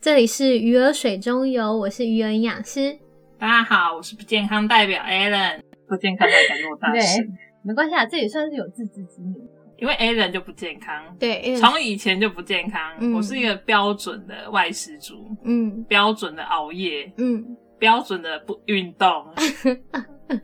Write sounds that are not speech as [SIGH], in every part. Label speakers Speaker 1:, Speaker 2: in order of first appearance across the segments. Speaker 1: 这里是鱼儿水中游，我是鱼儿营养师。
Speaker 2: 大家好，我是不健康代表 Alan，不健康代表诺大师，
Speaker 3: 没关系啊，这也算是有自知之明。
Speaker 2: 因为 Alan 就不健康，
Speaker 1: 对，
Speaker 2: 从以前就不健康。
Speaker 1: 嗯
Speaker 2: 我是一个标准的外食族，
Speaker 1: 嗯
Speaker 2: 标准的熬夜，
Speaker 1: 嗯，
Speaker 2: 标准的不运
Speaker 1: [LAUGHS]
Speaker 2: 动，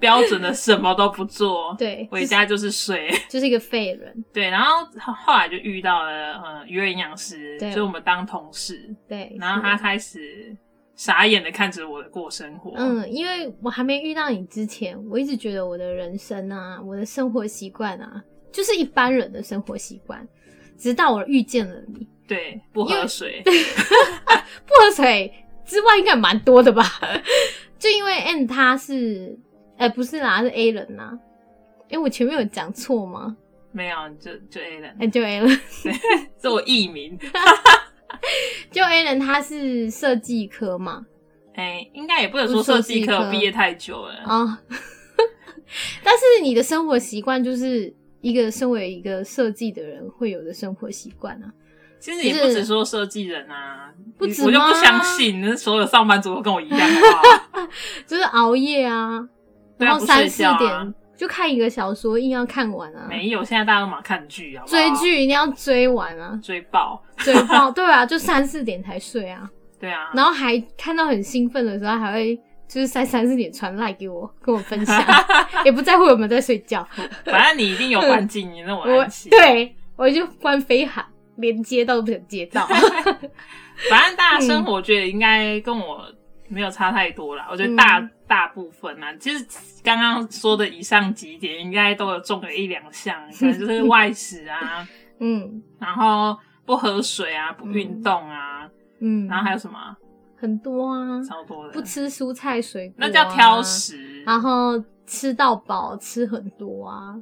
Speaker 2: 标准的什么都不做，
Speaker 1: 对，
Speaker 2: 回家就是睡。 [LAUGHS]
Speaker 1: 就是一个废人。
Speaker 2: 对，然后后后来就遇到了呃娱乐营养师，
Speaker 1: 对
Speaker 2: 就我们当同事，
Speaker 1: 对，
Speaker 2: 然后
Speaker 1: 是
Speaker 2: 他开始傻眼的看着我的过生活，
Speaker 1: 嗯，因为我还没遇到你之前，我一直觉得我的人生啊，我的生活习惯啊，就是一般人的生活习惯。直到我遇见了你， [LAUGHS]
Speaker 2: 对，不喝水，
Speaker 1: 不喝水之外应该蛮多的吧？ [LAUGHS] 就因为 N 他是，哎、不是啦，是 A 人呐、哎、我前面有讲错吗？
Speaker 2: 没有就就 A 人
Speaker 1: 哎、，就 A 人，
Speaker 2: 这我艺名，
Speaker 1: [LAUGHS] 就 A 人他是设计科嘛，
Speaker 2: 哎、应该也不能说设计课，我毕业太久了。
Speaker 1: 啊、 [LAUGHS] 但是你的生活习惯就是一个身为一个设计的人会有的生活习惯啊。
Speaker 2: 其实也不止说设计人啊，
Speaker 1: 不止吗
Speaker 2: 我就不相信，那所有上班族都跟我一样，好
Speaker 1: [LAUGHS]
Speaker 2: 不好？
Speaker 1: 就是熬夜啊，
Speaker 2: 对啊
Speaker 1: 然后
Speaker 2: 不
Speaker 1: 三
Speaker 2: 睡
Speaker 1: 四
Speaker 2: 觉啊
Speaker 1: 点就看一个小说，硬要看完啊，
Speaker 2: 没有，现在大家都嘛看剧，好不好？，
Speaker 1: 追剧一定要追完啊
Speaker 2: 追爆，
Speaker 1: 追爆 [LAUGHS] 对啊，就三四点才睡啊，
Speaker 2: 对啊。
Speaker 1: 然后还看到很兴奋的时候，还会就是在三四点传赖给我，跟我分享， [LAUGHS] 也不在乎有没有在睡觉，
Speaker 2: 反正你一定有关
Speaker 1: [LAUGHS]
Speaker 2: 静音，那我
Speaker 1: 我
Speaker 2: 安心。，
Speaker 1: 对我就关飞喊，连接到都不想接到，
Speaker 2: [LAUGHS] 反正大家
Speaker 1: 嗯
Speaker 2: 生活，我觉得应该跟我没有差太多啦。我觉
Speaker 1: 嗯
Speaker 2: 得大、大部分啊，其实刚刚说的以上几点，应该都有中个一两项，可
Speaker 1: [LAUGHS]
Speaker 2: 能就是外食啊，
Speaker 1: 嗯
Speaker 2: 然后不喝水啊，不运动啊，
Speaker 1: 嗯，
Speaker 2: 然后还有什么啊
Speaker 1: 很多啊，啊
Speaker 2: 超多的，
Speaker 1: 不吃蔬菜水果、啊
Speaker 2: 那叫挑，食。
Speaker 1: 然后吃到饱，吃很多啊，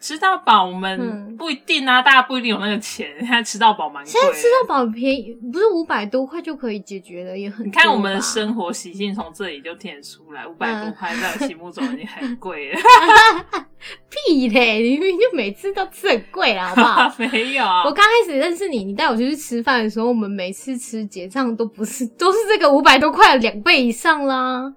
Speaker 2: 吃到饱我
Speaker 1: 嗯
Speaker 2: 们不一定啊，大家不一定有那个钱。 [LAUGHS] 现在吃到饱蛮贵的。
Speaker 1: 现在吃到饱便宜，不是五百多块就可以解决了，也很
Speaker 2: 你看我们
Speaker 1: 的
Speaker 2: 的生活习性从这里就填出来，五百多
Speaker 1: 嗯
Speaker 2: 块在我心目中已经很贵了。？
Speaker 1: 屁嘞，你明明就每次都吃很贵 [LAUGHS] 啦，好不好
Speaker 2: [LAUGHS] 没有，啊
Speaker 1: 我刚开始认识你，你带我出去吃饭的时候，我们每次吃结账都不是都是这个五百多块两倍以上啦。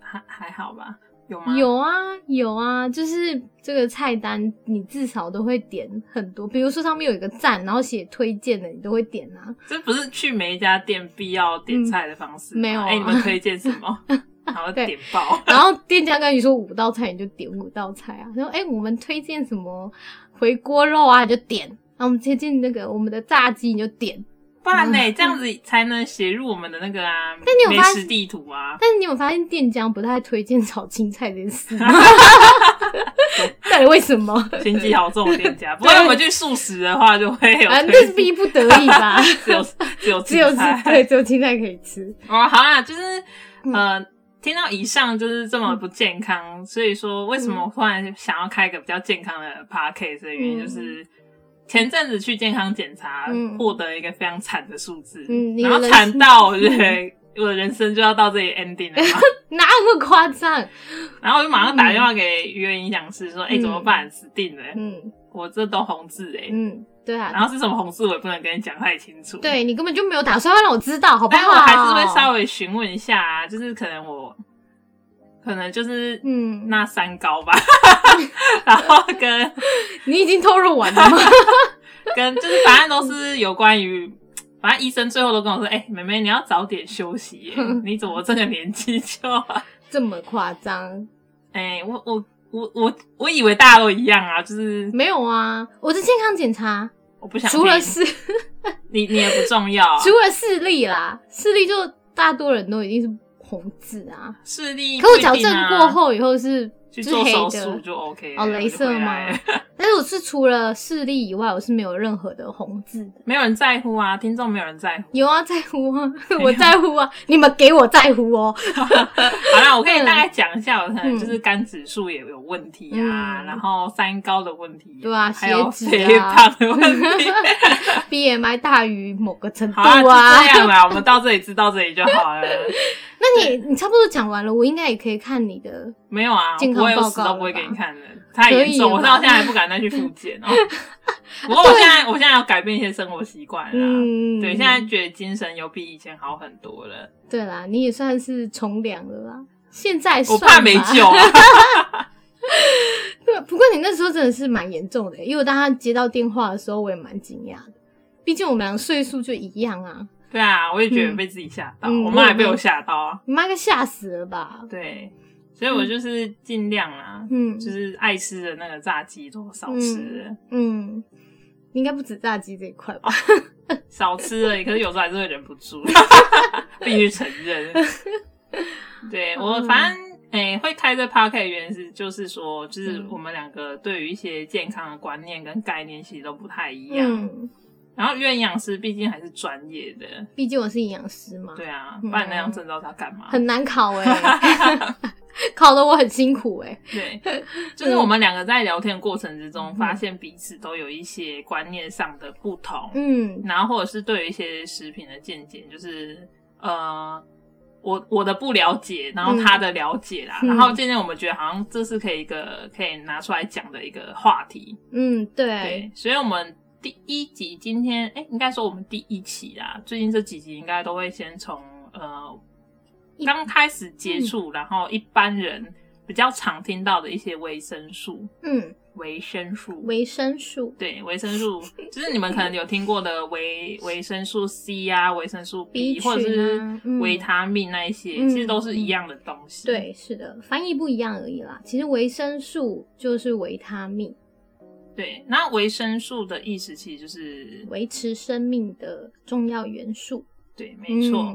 Speaker 2: 还还好吧？有吗？
Speaker 1: 有啊有啊，就是这个菜单你至少都会点很多，比如说上面有一个赞，然后写推荐的，你都会点啊。
Speaker 2: 这不是去每一家店必要点菜的方式
Speaker 1: 嗯
Speaker 2: 吗、
Speaker 1: 没有啊
Speaker 2: 哎、你们推荐什
Speaker 1: [LAUGHS]
Speaker 2: 么？然后点爆。
Speaker 1: 然后店家跟你说五道菜，你就点五道菜啊。然后哎、诶我们推荐什么回锅肉啊，你就点。然后我们推荐那个我们的炸鸡，你就点。
Speaker 2: 不然呢、这样子才能写入我们的那个啊，但
Speaker 1: 嗯你有
Speaker 2: 美
Speaker 1: 发
Speaker 2: 食地图啊，
Speaker 1: 但是你有发现店家不太推荐炒青菜这件事吗？ [LAUGHS] 到底为什
Speaker 2: [LAUGHS]
Speaker 1: 么？ [LAUGHS]
Speaker 2: 心机好重的店家。不过我们去素食的话，就会有
Speaker 1: 啊，
Speaker 2: 推。
Speaker 1: 那是逼不得已吧
Speaker 2: [LAUGHS] 只有只有
Speaker 1: 只有
Speaker 2: 青
Speaker 1: 是
Speaker 2: 菜
Speaker 1: 对，只有青菜可以吃。
Speaker 2: 哦，好啦，就是
Speaker 1: 嗯
Speaker 2: 呃，听到以上就是这么不健康，所以说为什么我突然想要开一个比较健康的 podcast 的原
Speaker 1: 嗯
Speaker 2: 因，就是前阵子去健康检查，
Speaker 1: 嗯
Speaker 2: 获得一个非常惨的数字，
Speaker 1: 嗯你的
Speaker 2: 然后
Speaker 1: 人
Speaker 2: 惨
Speaker 1: 生
Speaker 2: 到我觉得我的人生就要到这里 ending
Speaker 1: [LAUGHS]
Speaker 2: 了嘛，
Speaker 1: 哪有那么夸张？
Speaker 2: 然后我就马上打电话给语言营养师说，哎、
Speaker 1: 嗯
Speaker 2: 怎么办？死定了，
Speaker 1: 嗯
Speaker 2: 我这都红字哎、
Speaker 1: 嗯，对啊，
Speaker 2: 然后是什么红字我也不能跟你讲太清楚，
Speaker 1: 对哦你根本就没有打算要让我知道，好不
Speaker 2: 但
Speaker 1: 好？
Speaker 2: 哎我还是会稍微询问一下、啊，就是可能我可能就是
Speaker 1: 嗯，
Speaker 2: 那三高吧， [LAUGHS] 然后跟
Speaker 1: 你已经透露完了吗？
Speaker 2: 跟就是反正都是有关于，反正医生最后都跟我说，哎、妹妹你要早点休息
Speaker 1: [LAUGHS]
Speaker 2: 耶，你怎么这个年纪就
Speaker 1: [LAUGHS] 这么夸张？
Speaker 2: 哎、我我我我我以为大家都一样啊，就是
Speaker 1: 没有啊，我的健康检查
Speaker 2: 我不想
Speaker 1: 除了
Speaker 2: 听
Speaker 1: 视 [LAUGHS]
Speaker 2: 你你也不重要，啊
Speaker 1: 除了视力啦，视力就大多人都已经是红字啊。
Speaker 2: 视力、
Speaker 1: 可我矫正过。后以后是
Speaker 2: 啊去
Speaker 1: 是
Speaker 2: 做
Speaker 1: 黑
Speaker 2: 手术
Speaker 1: 的，
Speaker 2: 就 OK
Speaker 1: 哦，镭射吗
Speaker 2: 吗？？
Speaker 1: 但是我是除了视力以外，我是没有任何的红字的。
Speaker 2: 没有人在乎啊，听众没有人在乎。
Speaker 1: 有啊，在乎
Speaker 2: [LAUGHS]
Speaker 1: 啊，我在乎啊，你们给我在乎哦。
Speaker 2: 好啦，我可以大概讲一下，我可能就是肝指数也有问题啊，
Speaker 1: 嗯
Speaker 2: 然后三高的问题、
Speaker 1: 对啊
Speaker 2: 还有
Speaker 1: 血脂
Speaker 2: 肥
Speaker 1: 啊
Speaker 2: 胖的问
Speaker 1: [LAUGHS]
Speaker 2: 题。
Speaker 1: BMI 大于某个程度
Speaker 2: 好啦，就
Speaker 1: 啊，
Speaker 2: 这样啦，我们到这里知道这里就好
Speaker 1: [LAUGHS]
Speaker 2: 了。
Speaker 1: 那你你差不多讲完了，我应该也可以看你的
Speaker 2: 没有啊，
Speaker 1: 健康
Speaker 2: 我有
Speaker 1: 报
Speaker 2: 死
Speaker 1: 告
Speaker 2: 都
Speaker 1: 了
Speaker 2: 不会
Speaker 1: 吧
Speaker 2: 给你看的。太严
Speaker 1: 可
Speaker 2: 重，
Speaker 1: 以啊
Speaker 2: 我
Speaker 1: 吧
Speaker 2: 到现在还不敢再去复
Speaker 1: [LAUGHS]
Speaker 2: 健哦。不过我现在我现在要改变一些生活习惯啦，
Speaker 1: 嗯，
Speaker 2: 对，现在觉得精神有比以前好很多了。
Speaker 1: 对啦，你也算是从良了啦。现在
Speaker 2: 我
Speaker 1: 算
Speaker 2: 怕没
Speaker 1: 吧
Speaker 2: 救、啊，
Speaker 1: [LAUGHS] 对，不过你那时候真的是蛮严重的，因为我当他接到电话的时候，我也蛮惊讶的。毕竟我们俩岁数就一样啊，
Speaker 2: 对啊，我也觉得被自己吓到，
Speaker 1: 嗯
Speaker 2: 我妈也被我吓到啊。
Speaker 1: 你妈该吓死了吧？
Speaker 2: 对，所以我就是尽量啊，
Speaker 1: 嗯
Speaker 2: 就是爱吃的那个炸鸡都少吃了，
Speaker 1: 嗯，你应该不止炸鸡这一块
Speaker 2: [LAUGHS]
Speaker 1: 吧？
Speaker 2: 少吃了，可是有时候还是会忍不
Speaker 1: [LAUGHS]
Speaker 2: 住，必须承认。
Speaker 1: [LAUGHS]
Speaker 2: 对我
Speaker 1: 嗯
Speaker 2: 反正。诶、会开这 p o c a s t 原因是就是说，
Speaker 1: 嗯
Speaker 2: 就是我们两个对于一些健康的观念跟概念其实都不太一样。
Speaker 1: 嗯，
Speaker 2: 然后，因为营养师毕竟还是专业的，
Speaker 1: 毕竟我是营养师嘛，
Speaker 2: 对啊，
Speaker 1: 嗯
Speaker 2: 不然那张证照他干嘛？
Speaker 1: 很难考
Speaker 2: [LAUGHS]
Speaker 1: 哎、考得我很辛苦哎、 [LAUGHS]
Speaker 2: 对，就是我们两个在聊天过程之中，发现彼此都有一些观念上的不同，
Speaker 1: 嗯
Speaker 2: 然后或者是对于一些食品的见解，就是呃，我我的不了解，然后他的了解啦，
Speaker 1: 嗯
Speaker 2: 然后渐渐我们觉得好像这是可以一个可以拿出来讲的一个话题，
Speaker 1: 嗯，对，
Speaker 2: 对，所以我们。第一集今天，哎、应该说我们第一期啦。最近这几集应该都会先从呃
Speaker 1: 一嗯
Speaker 2: 刚开始接触，然后一般人比较常听到的一些维生素，
Speaker 1: 嗯，
Speaker 2: 维生素，
Speaker 1: 维生素
Speaker 2: 对，维生素就是你们可能有听过的维维生素 C 啊，维生素 B，
Speaker 1: B 群啊
Speaker 2: 或者是
Speaker 1: 嗯
Speaker 2: 维他命那一些，
Speaker 1: 嗯
Speaker 2: 其实都是一样的东西。，
Speaker 1: 对，是的，翻译不一样而已啦。其实维生素就是维他命，
Speaker 2: 对，那维生素的意思其实就是
Speaker 1: 维持生命的重要元素。
Speaker 2: 对，没错。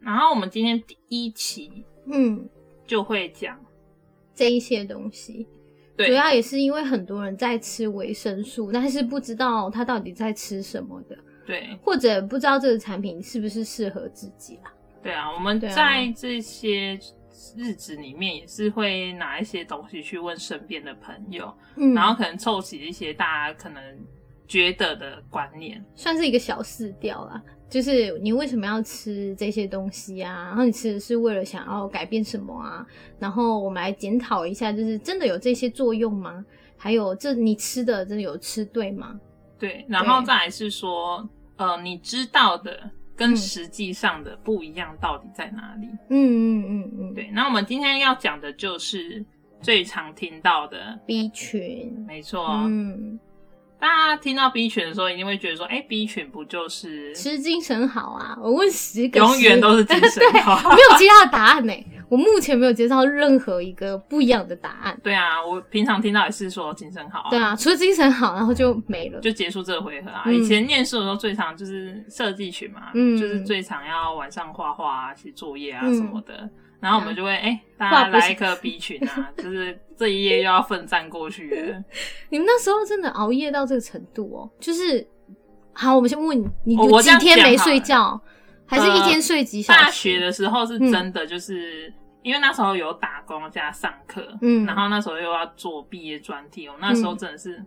Speaker 2: 然后我们今天第一期
Speaker 1: 嗯，嗯，
Speaker 2: 就会讲，
Speaker 1: 这一些东西，主
Speaker 2: 对，
Speaker 1: 要也是因为很多人在吃维生素，但是不知道他到底在吃什么的，
Speaker 2: 对，
Speaker 1: 或者不知道这个产品是不是适合自己啦。
Speaker 2: 对啊，我们
Speaker 1: 对啊
Speaker 2: 在这些日子里面也是会拿一些东西去问身边的朋友，
Speaker 1: 嗯，
Speaker 2: 然后可能凑齐一些大家可能觉得的观念。
Speaker 1: 算是一个小试调啦。就是你为什么要吃这些东西啊？然后你吃的是为了想要改变什么啊？然后我们来检讨一下，就是真的有这些作用吗？还有这你吃的真的有吃对吗？
Speaker 2: 对，然后
Speaker 1: 对
Speaker 2: 再来是说，呃，你知道的跟
Speaker 1: 嗯
Speaker 2: 实际上的不一样到底在哪里？
Speaker 1: 嗯嗯嗯嗯，
Speaker 2: 对，那我们今天要讲的就是最常听到的，
Speaker 1: ，B 群，
Speaker 2: 没错。
Speaker 1: 嗯，
Speaker 2: 大家听到 B 群的时候，一定会觉得说，哎、b 群不就是
Speaker 1: 吃精神好啊！我问十个，
Speaker 2: 永远都是精神好
Speaker 1: [LAUGHS] 对，没有接到答案呢、我目前没有接到任何一个不一样的答案。
Speaker 2: 对啊，我平常听到也是说精神好啊，
Speaker 1: 对啊，除了精神好，然后就没了。
Speaker 2: 就结束这个回合啊。
Speaker 1: 嗯
Speaker 2: 以前念书的时候最常就是设计群嘛，
Speaker 1: 嗯
Speaker 2: 就是最常要晚上画画啊、写作业啊
Speaker 1: 嗯
Speaker 2: 什么的。然后我们就会哎、大
Speaker 1: 画
Speaker 2: 家
Speaker 1: 不是
Speaker 2: 来一个 B 群啊，就是这一页又要奋战过
Speaker 1: [LAUGHS]
Speaker 2: 去了。
Speaker 1: 你们那时候真的熬夜到这个程度哦，就是好，我们先问你，你
Speaker 2: 我哦我
Speaker 1: 有
Speaker 2: 这
Speaker 1: 几
Speaker 2: 样
Speaker 1: 天
Speaker 2: 讲
Speaker 1: 没
Speaker 2: 好
Speaker 1: 睡
Speaker 2: 了呃
Speaker 1: 觉，还是一天睡几小时？
Speaker 2: 大学的时候是
Speaker 1: 嗯
Speaker 2: 真的就是。因为那时候有打工加上课，
Speaker 1: 嗯
Speaker 2: 然后那时候又要做毕业专题，我那时候真的是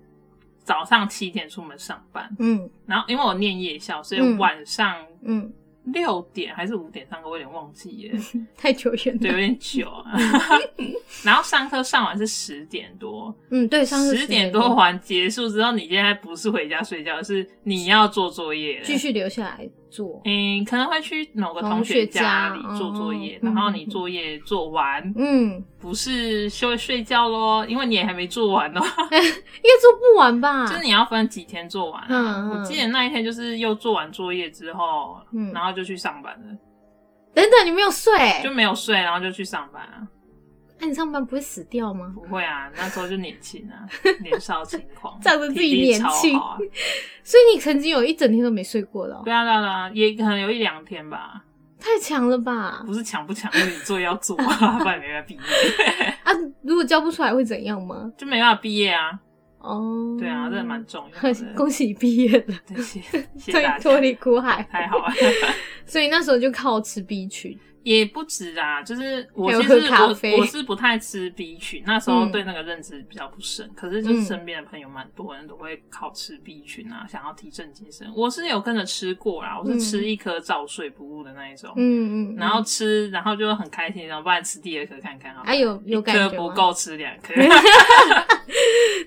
Speaker 2: 早上七点出门上班，
Speaker 1: 嗯
Speaker 2: 然后因为我念夜校，所以
Speaker 1: 嗯
Speaker 2: 晚上
Speaker 1: 嗯，
Speaker 2: 六点还是五点上课，我有点忘记耶，
Speaker 1: 太久远
Speaker 2: 对，有
Speaker 1: 了。
Speaker 2: 点久啊。
Speaker 1: [LAUGHS]
Speaker 2: 然后上课上完是十点多，
Speaker 1: 嗯，对，上次
Speaker 2: 十点多完结束之后，你现在不是回家睡觉，是你要做作业了
Speaker 1: 继。续留下来做。
Speaker 2: 嗯，可能会去某个
Speaker 1: 同
Speaker 2: 同学
Speaker 1: 学家
Speaker 2: 家里做作业，
Speaker 1: 嗯
Speaker 2: 然后你作业做完，
Speaker 1: 嗯，应
Speaker 2: 不是休睡觉咯，因为你也还没做完哦，
Speaker 1: 啊该做不完吧？
Speaker 2: 就是你要分几天做完、啊。
Speaker 1: 嗯嗯
Speaker 2: 我记得那一天就是又做完作业之后，
Speaker 1: 嗯
Speaker 2: 然后就去上班了，
Speaker 1: 等等，你没有睡，
Speaker 2: 就没有睡，然后就去上班啊。
Speaker 1: 那、你上班不会死掉吗？
Speaker 2: 不会啊，那时候就年轻
Speaker 1: [LAUGHS]
Speaker 2: 啊，年少轻狂，
Speaker 1: 仗着自己年
Speaker 2: 体力
Speaker 1: 轻
Speaker 2: 超好啊。
Speaker 1: 所以你曾经有一整天都没睡过了哦、
Speaker 2: 对啊，对啊，对啊，也可能有一两天吧，
Speaker 1: 太强了吧？
Speaker 2: 不是强不强，因为你作业要做
Speaker 1: [LAUGHS]
Speaker 2: 啊，不然没办法毕业，
Speaker 1: 啊，如果交不出来会怎样吗？
Speaker 2: 就没办法毕业啊。
Speaker 1: 哦，
Speaker 2: 对啊，这个
Speaker 1: [LAUGHS]
Speaker 2: 蛮重要的。
Speaker 1: 恭喜你毕业了，
Speaker 2: 对，谢谢谢大
Speaker 1: [LAUGHS] 对，
Speaker 2: 家
Speaker 1: 脱，离苦海。
Speaker 2: 太好了。
Speaker 1: 所以那时候就靠吃 B 群。
Speaker 2: 也不止啦，就是我
Speaker 1: 还有
Speaker 2: 其实
Speaker 1: 喝咖啡
Speaker 2: 我我是不太吃 B 群，那时候
Speaker 1: 嗯
Speaker 2: 对那个认知比较不深。可是就是
Speaker 1: 嗯
Speaker 2: 身边的朋友蛮多人都会靠吃 B 群啊，想要提振精神。我是有跟着吃过啦，我是
Speaker 1: 嗯
Speaker 2: 吃一颗照睡不误的那一种，
Speaker 1: 嗯嗯，嗯
Speaker 2: 然后吃，然后就很开心，然后不然吃第二颗看看好了
Speaker 1: 啊有有感
Speaker 2: 一颗
Speaker 1: 觉
Speaker 2: 不
Speaker 1: 吗？
Speaker 2: 够吃两
Speaker 1: [LAUGHS]
Speaker 2: 颗，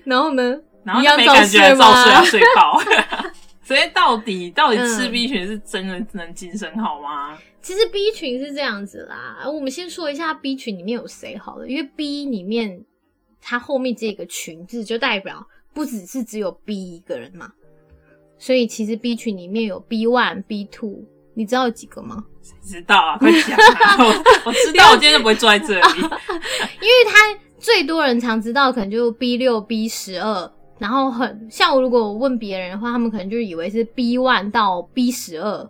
Speaker 1: 然后呢？
Speaker 2: 然后
Speaker 1: 一样
Speaker 2: 就没
Speaker 1: 照
Speaker 2: 感觉
Speaker 1: 睡
Speaker 2: 照睡
Speaker 1: 吗 [LAUGHS]
Speaker 2: 要睡饱。 [LAUGHS] 所以到底到底吃
Speaker 1: 嗯
Speaker 2: B 群是真的能精神好吗？
Speaker 1: 其实 B 群是这样子啦，我们先说一下 B 群里面有谁好了，因为 B 里面它后面这个群字就代表不只是只有 B 一个人嘛，所以其实 B 群里面有 B one、B two，你知道有几个吗？
Speaker 2: 知道啊，快讲
Speaker 1: [LAUGHS]
Speaker 2: 啊！我我知道，我今天就不会坐在这里。
Speaker 1: 因为它最多人常知道可能就 B 六、B 十二，然后很像我如果我问别人的话，他们可能就以为是 B one 到 B 十二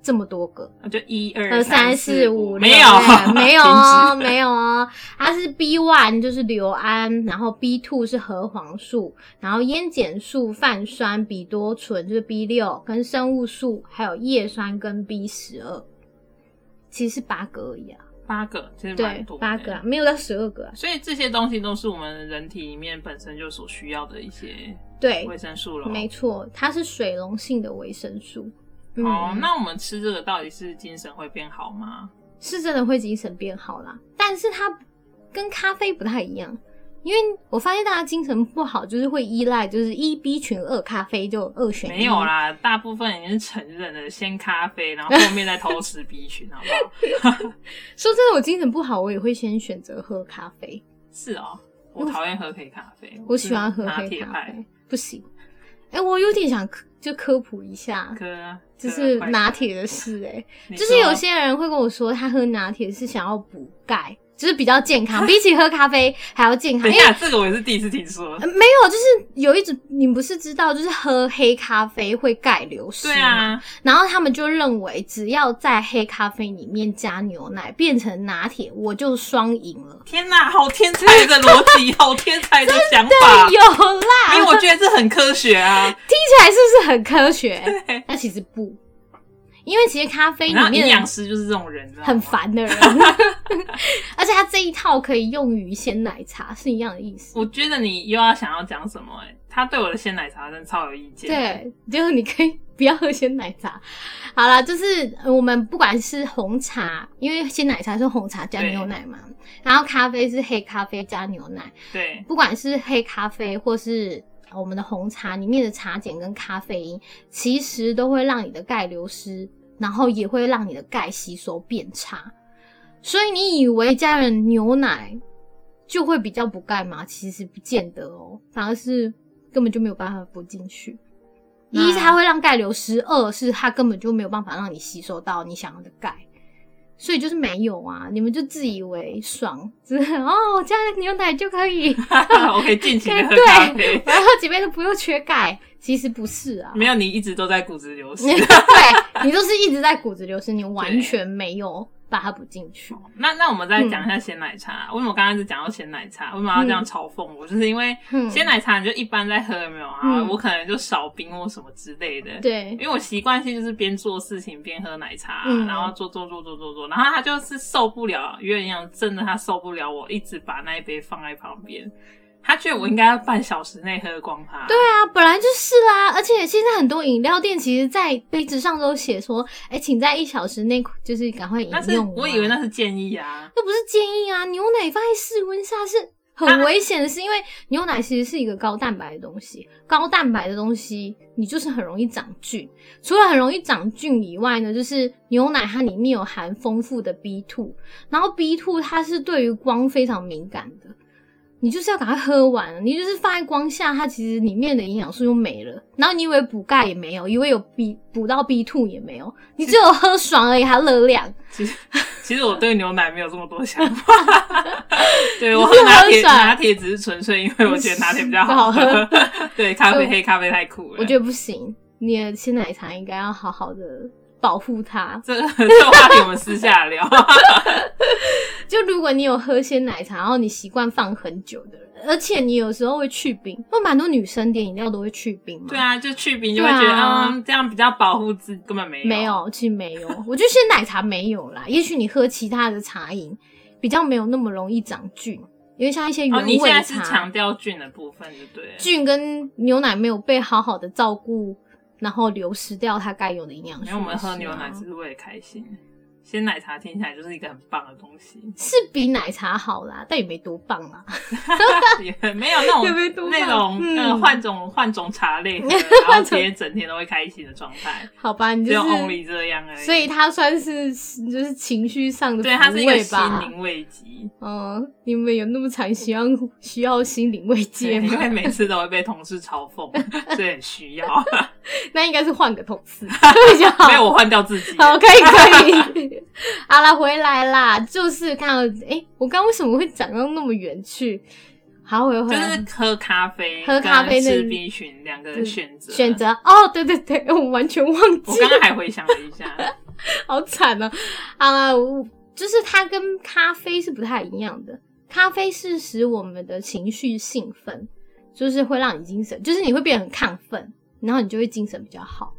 Speaker 1: 这么多个，
Speaker 2: 就一二
Speaker 1: 呃，三四五
Speaker 2: 没
Speaker 1: 六
Speaker 2: 有
Speaker 1: 对
Speaker 2: [LAUGHS]
Speaker 1: 没有哦，
Speaker 2: 停止
Speaker 1: 没有哦。它是 B one 就是硫胺，然后 B two 是核黄素，然后烟碱素、泛酸、比多醇就是 B 六，跟生物素还有叶酸跟 B 十二，其实是八个而已啊，
Speaker 2: 八个，其实蛮
Speaker 1: 对
Speaker 2: 多，的
Speaker 1: 八个啊，。没有到十二个啊。
Speaker 2: 所以这些东西都是我们人体里面本身就所需要的一些
Speaker 1: 对，
Speaker 2: 维生素了。
Speaker 1: 没错，它是水溶性的维生素。嗯，
Speaker 2: 哦，那我们吃这个到底是精神会变
Speaker 1: [LAUGHS]
Speaker 2: 好吗？
Speaker 1: 是真的会精神变好啦，但是它跟咖啡不太一样，因为我发现大家精神不好就是会依赖，就是一 B 群二咖啡就二选一。
Speaker 2: 没有，啦，大部分已经是承认了，先咖啡，然后后面再偷吃 B 群，好不
Speaker 1: [LAUGHS]
Speaker 2: 好？
Speaker 1: 说真的，我精神不好，我也会先选择喝咖啡，
Speaker 2: 是哦，我讨厌喝黑咖啡，
Speaker 1: 我喜欢喝
Speaker 2: 是拿
Speaker 1: 黑
Speaker 2: 铁
Speaker 1: 咖
Speaker 2: 派，
Speaker 1: 啡，嗯不行。哎、我有点想科就科普一下，
Speaker 2: 哥
Speaker 1: 就是
Speaker 2: 哥
Speaker 1: 拿铁的事、哎。
Speaker 2: 你
Speaker 1: 就是有
Speaker 2: 说
Speaker 1: 些人会跟我说，他喝拿铁是想要补钙，就是比较健康，比起喝咖啡还要 [LAUGHS] 健康。
Speaker 2: [LAUGHS] 等一
Speaker 1: 因为
Speaker 2: 下，这个我也是第一次听说。
Speaker 1: 呃没有，就是有一种你不是知道，就是喝黑咖啡会钙流失
Speaker 2: 对
Speaker 1: 嘛。
Speaker 2: 啊，
Speaker 1: 然后他们就认为，只要在黑咖啡里面加牛奶变成拿铁，我就双赢了。
Speaker 2: 天哪，好天才的逻
Speaker 1: [LAUGHS]
Speaker 2: 辑，好天才的想法，
Speaker 1: 有啦，
Speaker 2: 因为我觉得这很科学啊，
Speaker 1: 听起来是不是很科学？那其实不，因为其实咖啡里
Speaker 2: 然后营
Speaker 1: 面
Speaker 2: 养师就是这种人，你知道吗
Speaker 1: 很。烦的人， [LAUGHS] 而且它这一套可以用于鲜奶茶，是一样的意思。
Speaker 2: 我觉得你又要想要讲什么、欸？他对我的鲜奶茶真的超有意见。，
Speaker 1: 对，就是你可以不要喝鲜奶茶。好啦，就是呃我们不管是红茶，因为鲜奶茶是红茶加
Speaker 2: 对
Speaker 1: 牛奶嘛，然后咖啡是黑咖啡加牛奶，
Speaker 2: 对， [LAUGHS]
Speaker 1: 不管是黑咖啡或是。我们的红茶里面的茶碱跟咖啡因，其实都会让你的钙流失，然后也会让你的钙吸收变差。所以你以为加了牛奶就会比较补钙吗？其实不见得哦，反而是根本就没有办法补进去。
Speaker 2: 那
Speaker 1: 一是它会让钙流失，二是它根本就没有办法让你吸收到你想要的钙，所以就是没有啊！你们就自以为爽，只是哦，我加了牛奶就可以，
Speaker 2: 我可以尽情的喝咖啡
Speaker 1: 对，。我要喝几杯都不用缺钙。其实不是啊，
Speaker 2: 没有，你一直都在骨质流失。
Speaker 1: [LAUGHS] 对你就是一直在骨质流失，你完全没有把它补进去。
Speaker 2: 那那我们再讲一下鲜奶茶，
Speaker 1: 嗯
Speaker 2: 为什么刚刚一直讲到鲜奶茶？为什么要这样嘲讽我？就是因为
Speaker 1: 嗯
Speaker 2: 鲜奶茶你就一般在喝，有没有啊？
Speaker 1: 嗯
Speaker 2: 我可能就少冰或什么之类的。
Speaker 1: 对
Speaker 2: 因为我习惯性就是边做事情边喝奶茶，
Speaker 1: 嗯
Speaker 2: 然后做做做做做做，然后他就是受不了，有点像真的他受不了我一直把那一杯放在旁边，他觉得我应该要半小时内喝光它。对啊，
Speaker 1: 啊，本来就是啦，而且现在很多饮料店其实，在杯子上都写说，哎、请在一小时内就是赶快饮
Speaker 2: 但是
Speaker 1: 用啊。
Speaker 2: 我以为那是建议啊。
Speaker 1: 那不是建议啊，牛奶放在室温下是很危险的事，因为牛奶其实是一个高蛋白的东西，高蛋白的东西你就是很容易长菌。除了很容易长菌以外呢，就是牛奶它里面有含丰富的 B two，然后 B two 它是对于光非常敏感的。你就是要赶快喝完，你就是放在光下，它其实里面的营养素就没了。然后你以为补钙也没有，以为有 B 补到 B two 也没有，你只有喝爽而已，还热量。
Speaker 2: 其实其实我对牛奶没有这么多想法，
Speaker 1: [LAUGHS]
Speaker 2: 对我喝拿
Speaker 1: 你
Speaker 2: 铁
Speaker 1: 是喝爽
Speaker 2: 拿铁只是纯粹因为我觉得拿铁比较好
Speaker 1: 不好
Speaker 2: 喝，对咖啡
Speaker 1: 嗯
Speaker 2: 黑咖啡太苦了。
Speaker 1: 我觉得不行，你的鲜奶茶应该要好好的保护它。 [LAUGHS]
Speaker 2: [LAUGHS] 这个这个话题我们私下聊。
Speaker 1: 就如果你有喝鲜奶茶，然后你习惯放很久的人，而且你有时候会去冰，不蛮多女生点饮料都会去冰嘛。
Speaker 2: 对，啊，就去冰就会觉得、
Speaker 1: 对啊
Speaker 2: 嗯，这样比较保护自己，根本没有
Speaker 1: 没有，其实没有。 [LAUGHS] 我觉得鲜奶茶没有啦，也许你喝其他的茶饮比较没有那么容易长菌，因为像一些
Speaker 2: 哦，
Speaker 1: 原
Speaker 2: 你现
Speaker 1: 味
Speaker 2: 在是
Speaker 1: 茶，
Speaker 2: 强调菌的部分，就对了。
Speaker 1: 菌跟牛奶没有被好好的照顾，然后流失掉它该有的营养素。
Speaker 2: 因为我们喝牛奶
Speaker 1: 是
Speaker 2: 只
Speaker 1: 啊
Speaker 2: 是为了开心，鲜奶茶听起来就是一个很棒的东西，
Speaker 1: 是比奶茶好啦，但也没多棒啦。
Speaker 2: 也没有
Speaker 1: [LAUGHS]
Speaker 2: 那种
Speaker 1: 也没多
Speaker 2: 那
Speaker 1: 棒
Speaker 2: 种
Speaker 1: 嗯
Speaker 2: 呃换种换种茶
Speaker 1: [LAUGHS]
Speaker 2: 类喝，然后直接整天都会开心的状态，
Speaker 1: 好吧，你
Speaker 2: 只
Speaker 1: 就
Speaker 2: 有
Speaker 1: 是
Speaker 2: only 这样而已。
Speaker 1: 所以它算是就是情绪上的
Speaker 2: 对，它是
Speaker 1: 抚
Speaker 2: 一个
Speaker 1: 慰
Speaker 2: 心
Speaker 1: 吧。
Speaker 2: 灵慰藉，
Speaker 1: 嗯，你们有那么惨需要 [LAUGHS] 需要心灵慰藉
Speaker 2: 对因
Speaker 1: 吗？
Speaker 2: 为每次都会被同事嘲讽，所以很需要。
Speaker 1: [LAUGHS] 那应该是换个同
Speaker 2: [LAUGHS]
Speaker 1: 事比较好。
Speaker 2: 没有，我换掉自己。
Speaker 1: 好，可以可以。 [LAUGHS] 好啦，回来啦，就是看到哎、我刚为什么会讲到那么远去？好，回回
Speaker 2: 就
Speaker 1: 来。
Speaker 2: 是喝咖啡、
Speaker 1: 喝咖啡那
Speaker 2: 吃冰群两个选择。
Speaker 1: 选。择哦，对对对，我完全忘
Speaker 2: 我
Speaker 1: 记，
Speaker 2: 刚刚还回想了一下，
Speaker 1: [LAUGHS] 好惨哦。啊、我就是它跟咖啡是不太一样的，咖啡是使我们的情绪兴奋，就是会让你精神，就是你会变得很亢奋，然后你就会精神比较好。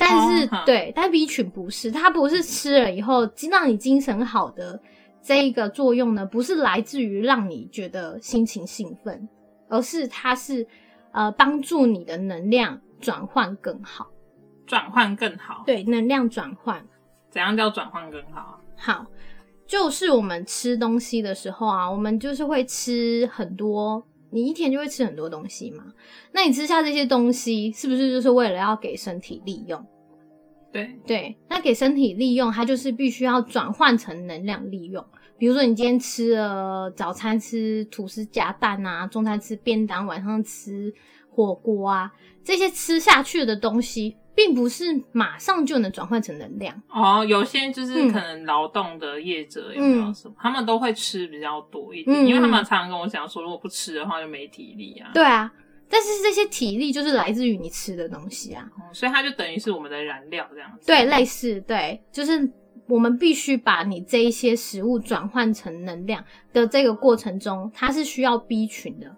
Speaker 1: 但是、
Speaker 2: 哦哈
Speaker 1: 对，但 B 群不是，它不是吃了以后让你精神好的这一个作用呢，不是来自于让你觉得心情兴奋，而是它是呃帮助你的能量转换更好，
Speaker 2: 转换更好。
Speaker 1: 对，能量转换。
Speaker 2: 怎样叫转换更好？
Speaker 1: 好，就是我们吃东西的时候啊，我们就是会吃很多，你一天就会吃很多东西嘛。那你吃下这些东西，是不是就是为了要给身体利用？
Speaker 2: 对，
Speaker 1: 对，那给身体利用，它就是必须要转换成能量利用。比如说，你今天吃了早餐吃吐司夹蛋啊，中餐吃便当，晚上吃火锅啊，这些吃下去的东西，并不是马上就能转换成能量。
Speaker 2: 哦，有些就是
Speaker 1: 嗯
Speaker 2: 可能劳动的业者有没有
Speaker 1: 嗯
Speaker 2: 什么，他们都会吃比较多一点，
Speaker 1: 嗯
Speaker 2: 因为他们常常跟我讲说，如果不吃的话就没体力啊。
Speaker 1: 对啊，但是这些体力就是来自于你吃的东西啊。
Speaker 2: 哦，所以它就等于是我们的燃料这样子。
Speaker 1: 对，类似对，就是我们必须把你这一些食物转换成能量的这个过程中，它是需要 B 群的。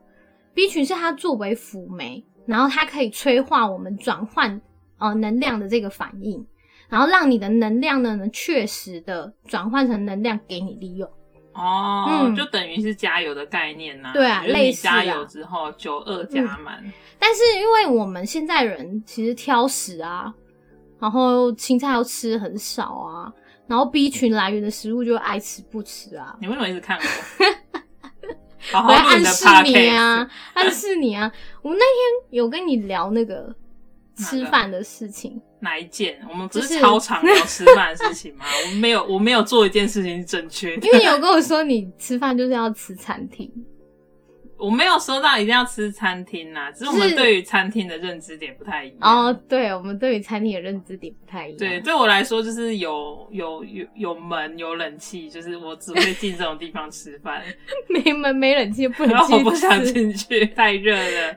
Speaker 1: B 群是它作为辅酶，然后它可以催化我们转换呃能量的这个反应，然后让你的能量呢能确实的转换成能量给你利用。
Speaker 2: 哦，
Speaker 1: 嗯
Speaker 2: 就等于是加油的概念呐、
Speaker 1: 对啊
Speaker 2: 就是你
Speaker 1: 类似啊嗯
Speaker 2: 加油之后九二加满，
Speaker 1: 但是因为我们现在人其实挑食啊，然后青菜又吃很少啊，然后 B 群来源的食物就爱吃不吃啊。
Speaker 2: 你为什么一直
Speaker 1: [LAUGHS]
Speaker 2: 看我？好
Speaker 1: 我
Speaker 2: 好
Speaker 1: 要
Speaker 2: 录
Speaker 1: 暗
Speaker 2: 你的
Speaker 1: 示
Speaker 2: podcast
Speaker 1: 你啊， [LAUGHS] 暗示你啊！我那天有跟你聊那个吃饭的事情，
Speaker 2: 哪一件？我们不
Speaker 1: 就是是
Speaker 2: 超常聊吃饭的事情
Speaker 1: [LAUGHS]
Speaker 2: 吗？我没有，我没有做一件事情是正确的
Speaker 1: 因，为你有跟我说你吃饭就是要吃餐厅，
Speaker 2: 我没有说到一定要吃餐厅呐、只是我们
Speaker 1: 是
Speaker 2: 对于餐厅的认知点不太一样。 [LAUGHS]
Speaker 1: 哦，对，我们对于餐厅的认知点不太一样。
Speaker 2: 对，对我来说就是有有有有门有冷气，就是我只会进这种地方吃
Speaker 1: [LAUGHS]
Speaker 2: 饭，
Speaker 1: [LAUGHS] 没门没冷气不
Speaker 2: 然
Speaker 1: 能
Speaker 2: 后我
Speaker 1: 进
Speaker 2: 不
Speaker 1: 去
Speaker 2: 想
Speaker 1: 吃，
Speaker 2: 进去，太
Speaker 1: [LAUGHS]
Speaker 2: 热了。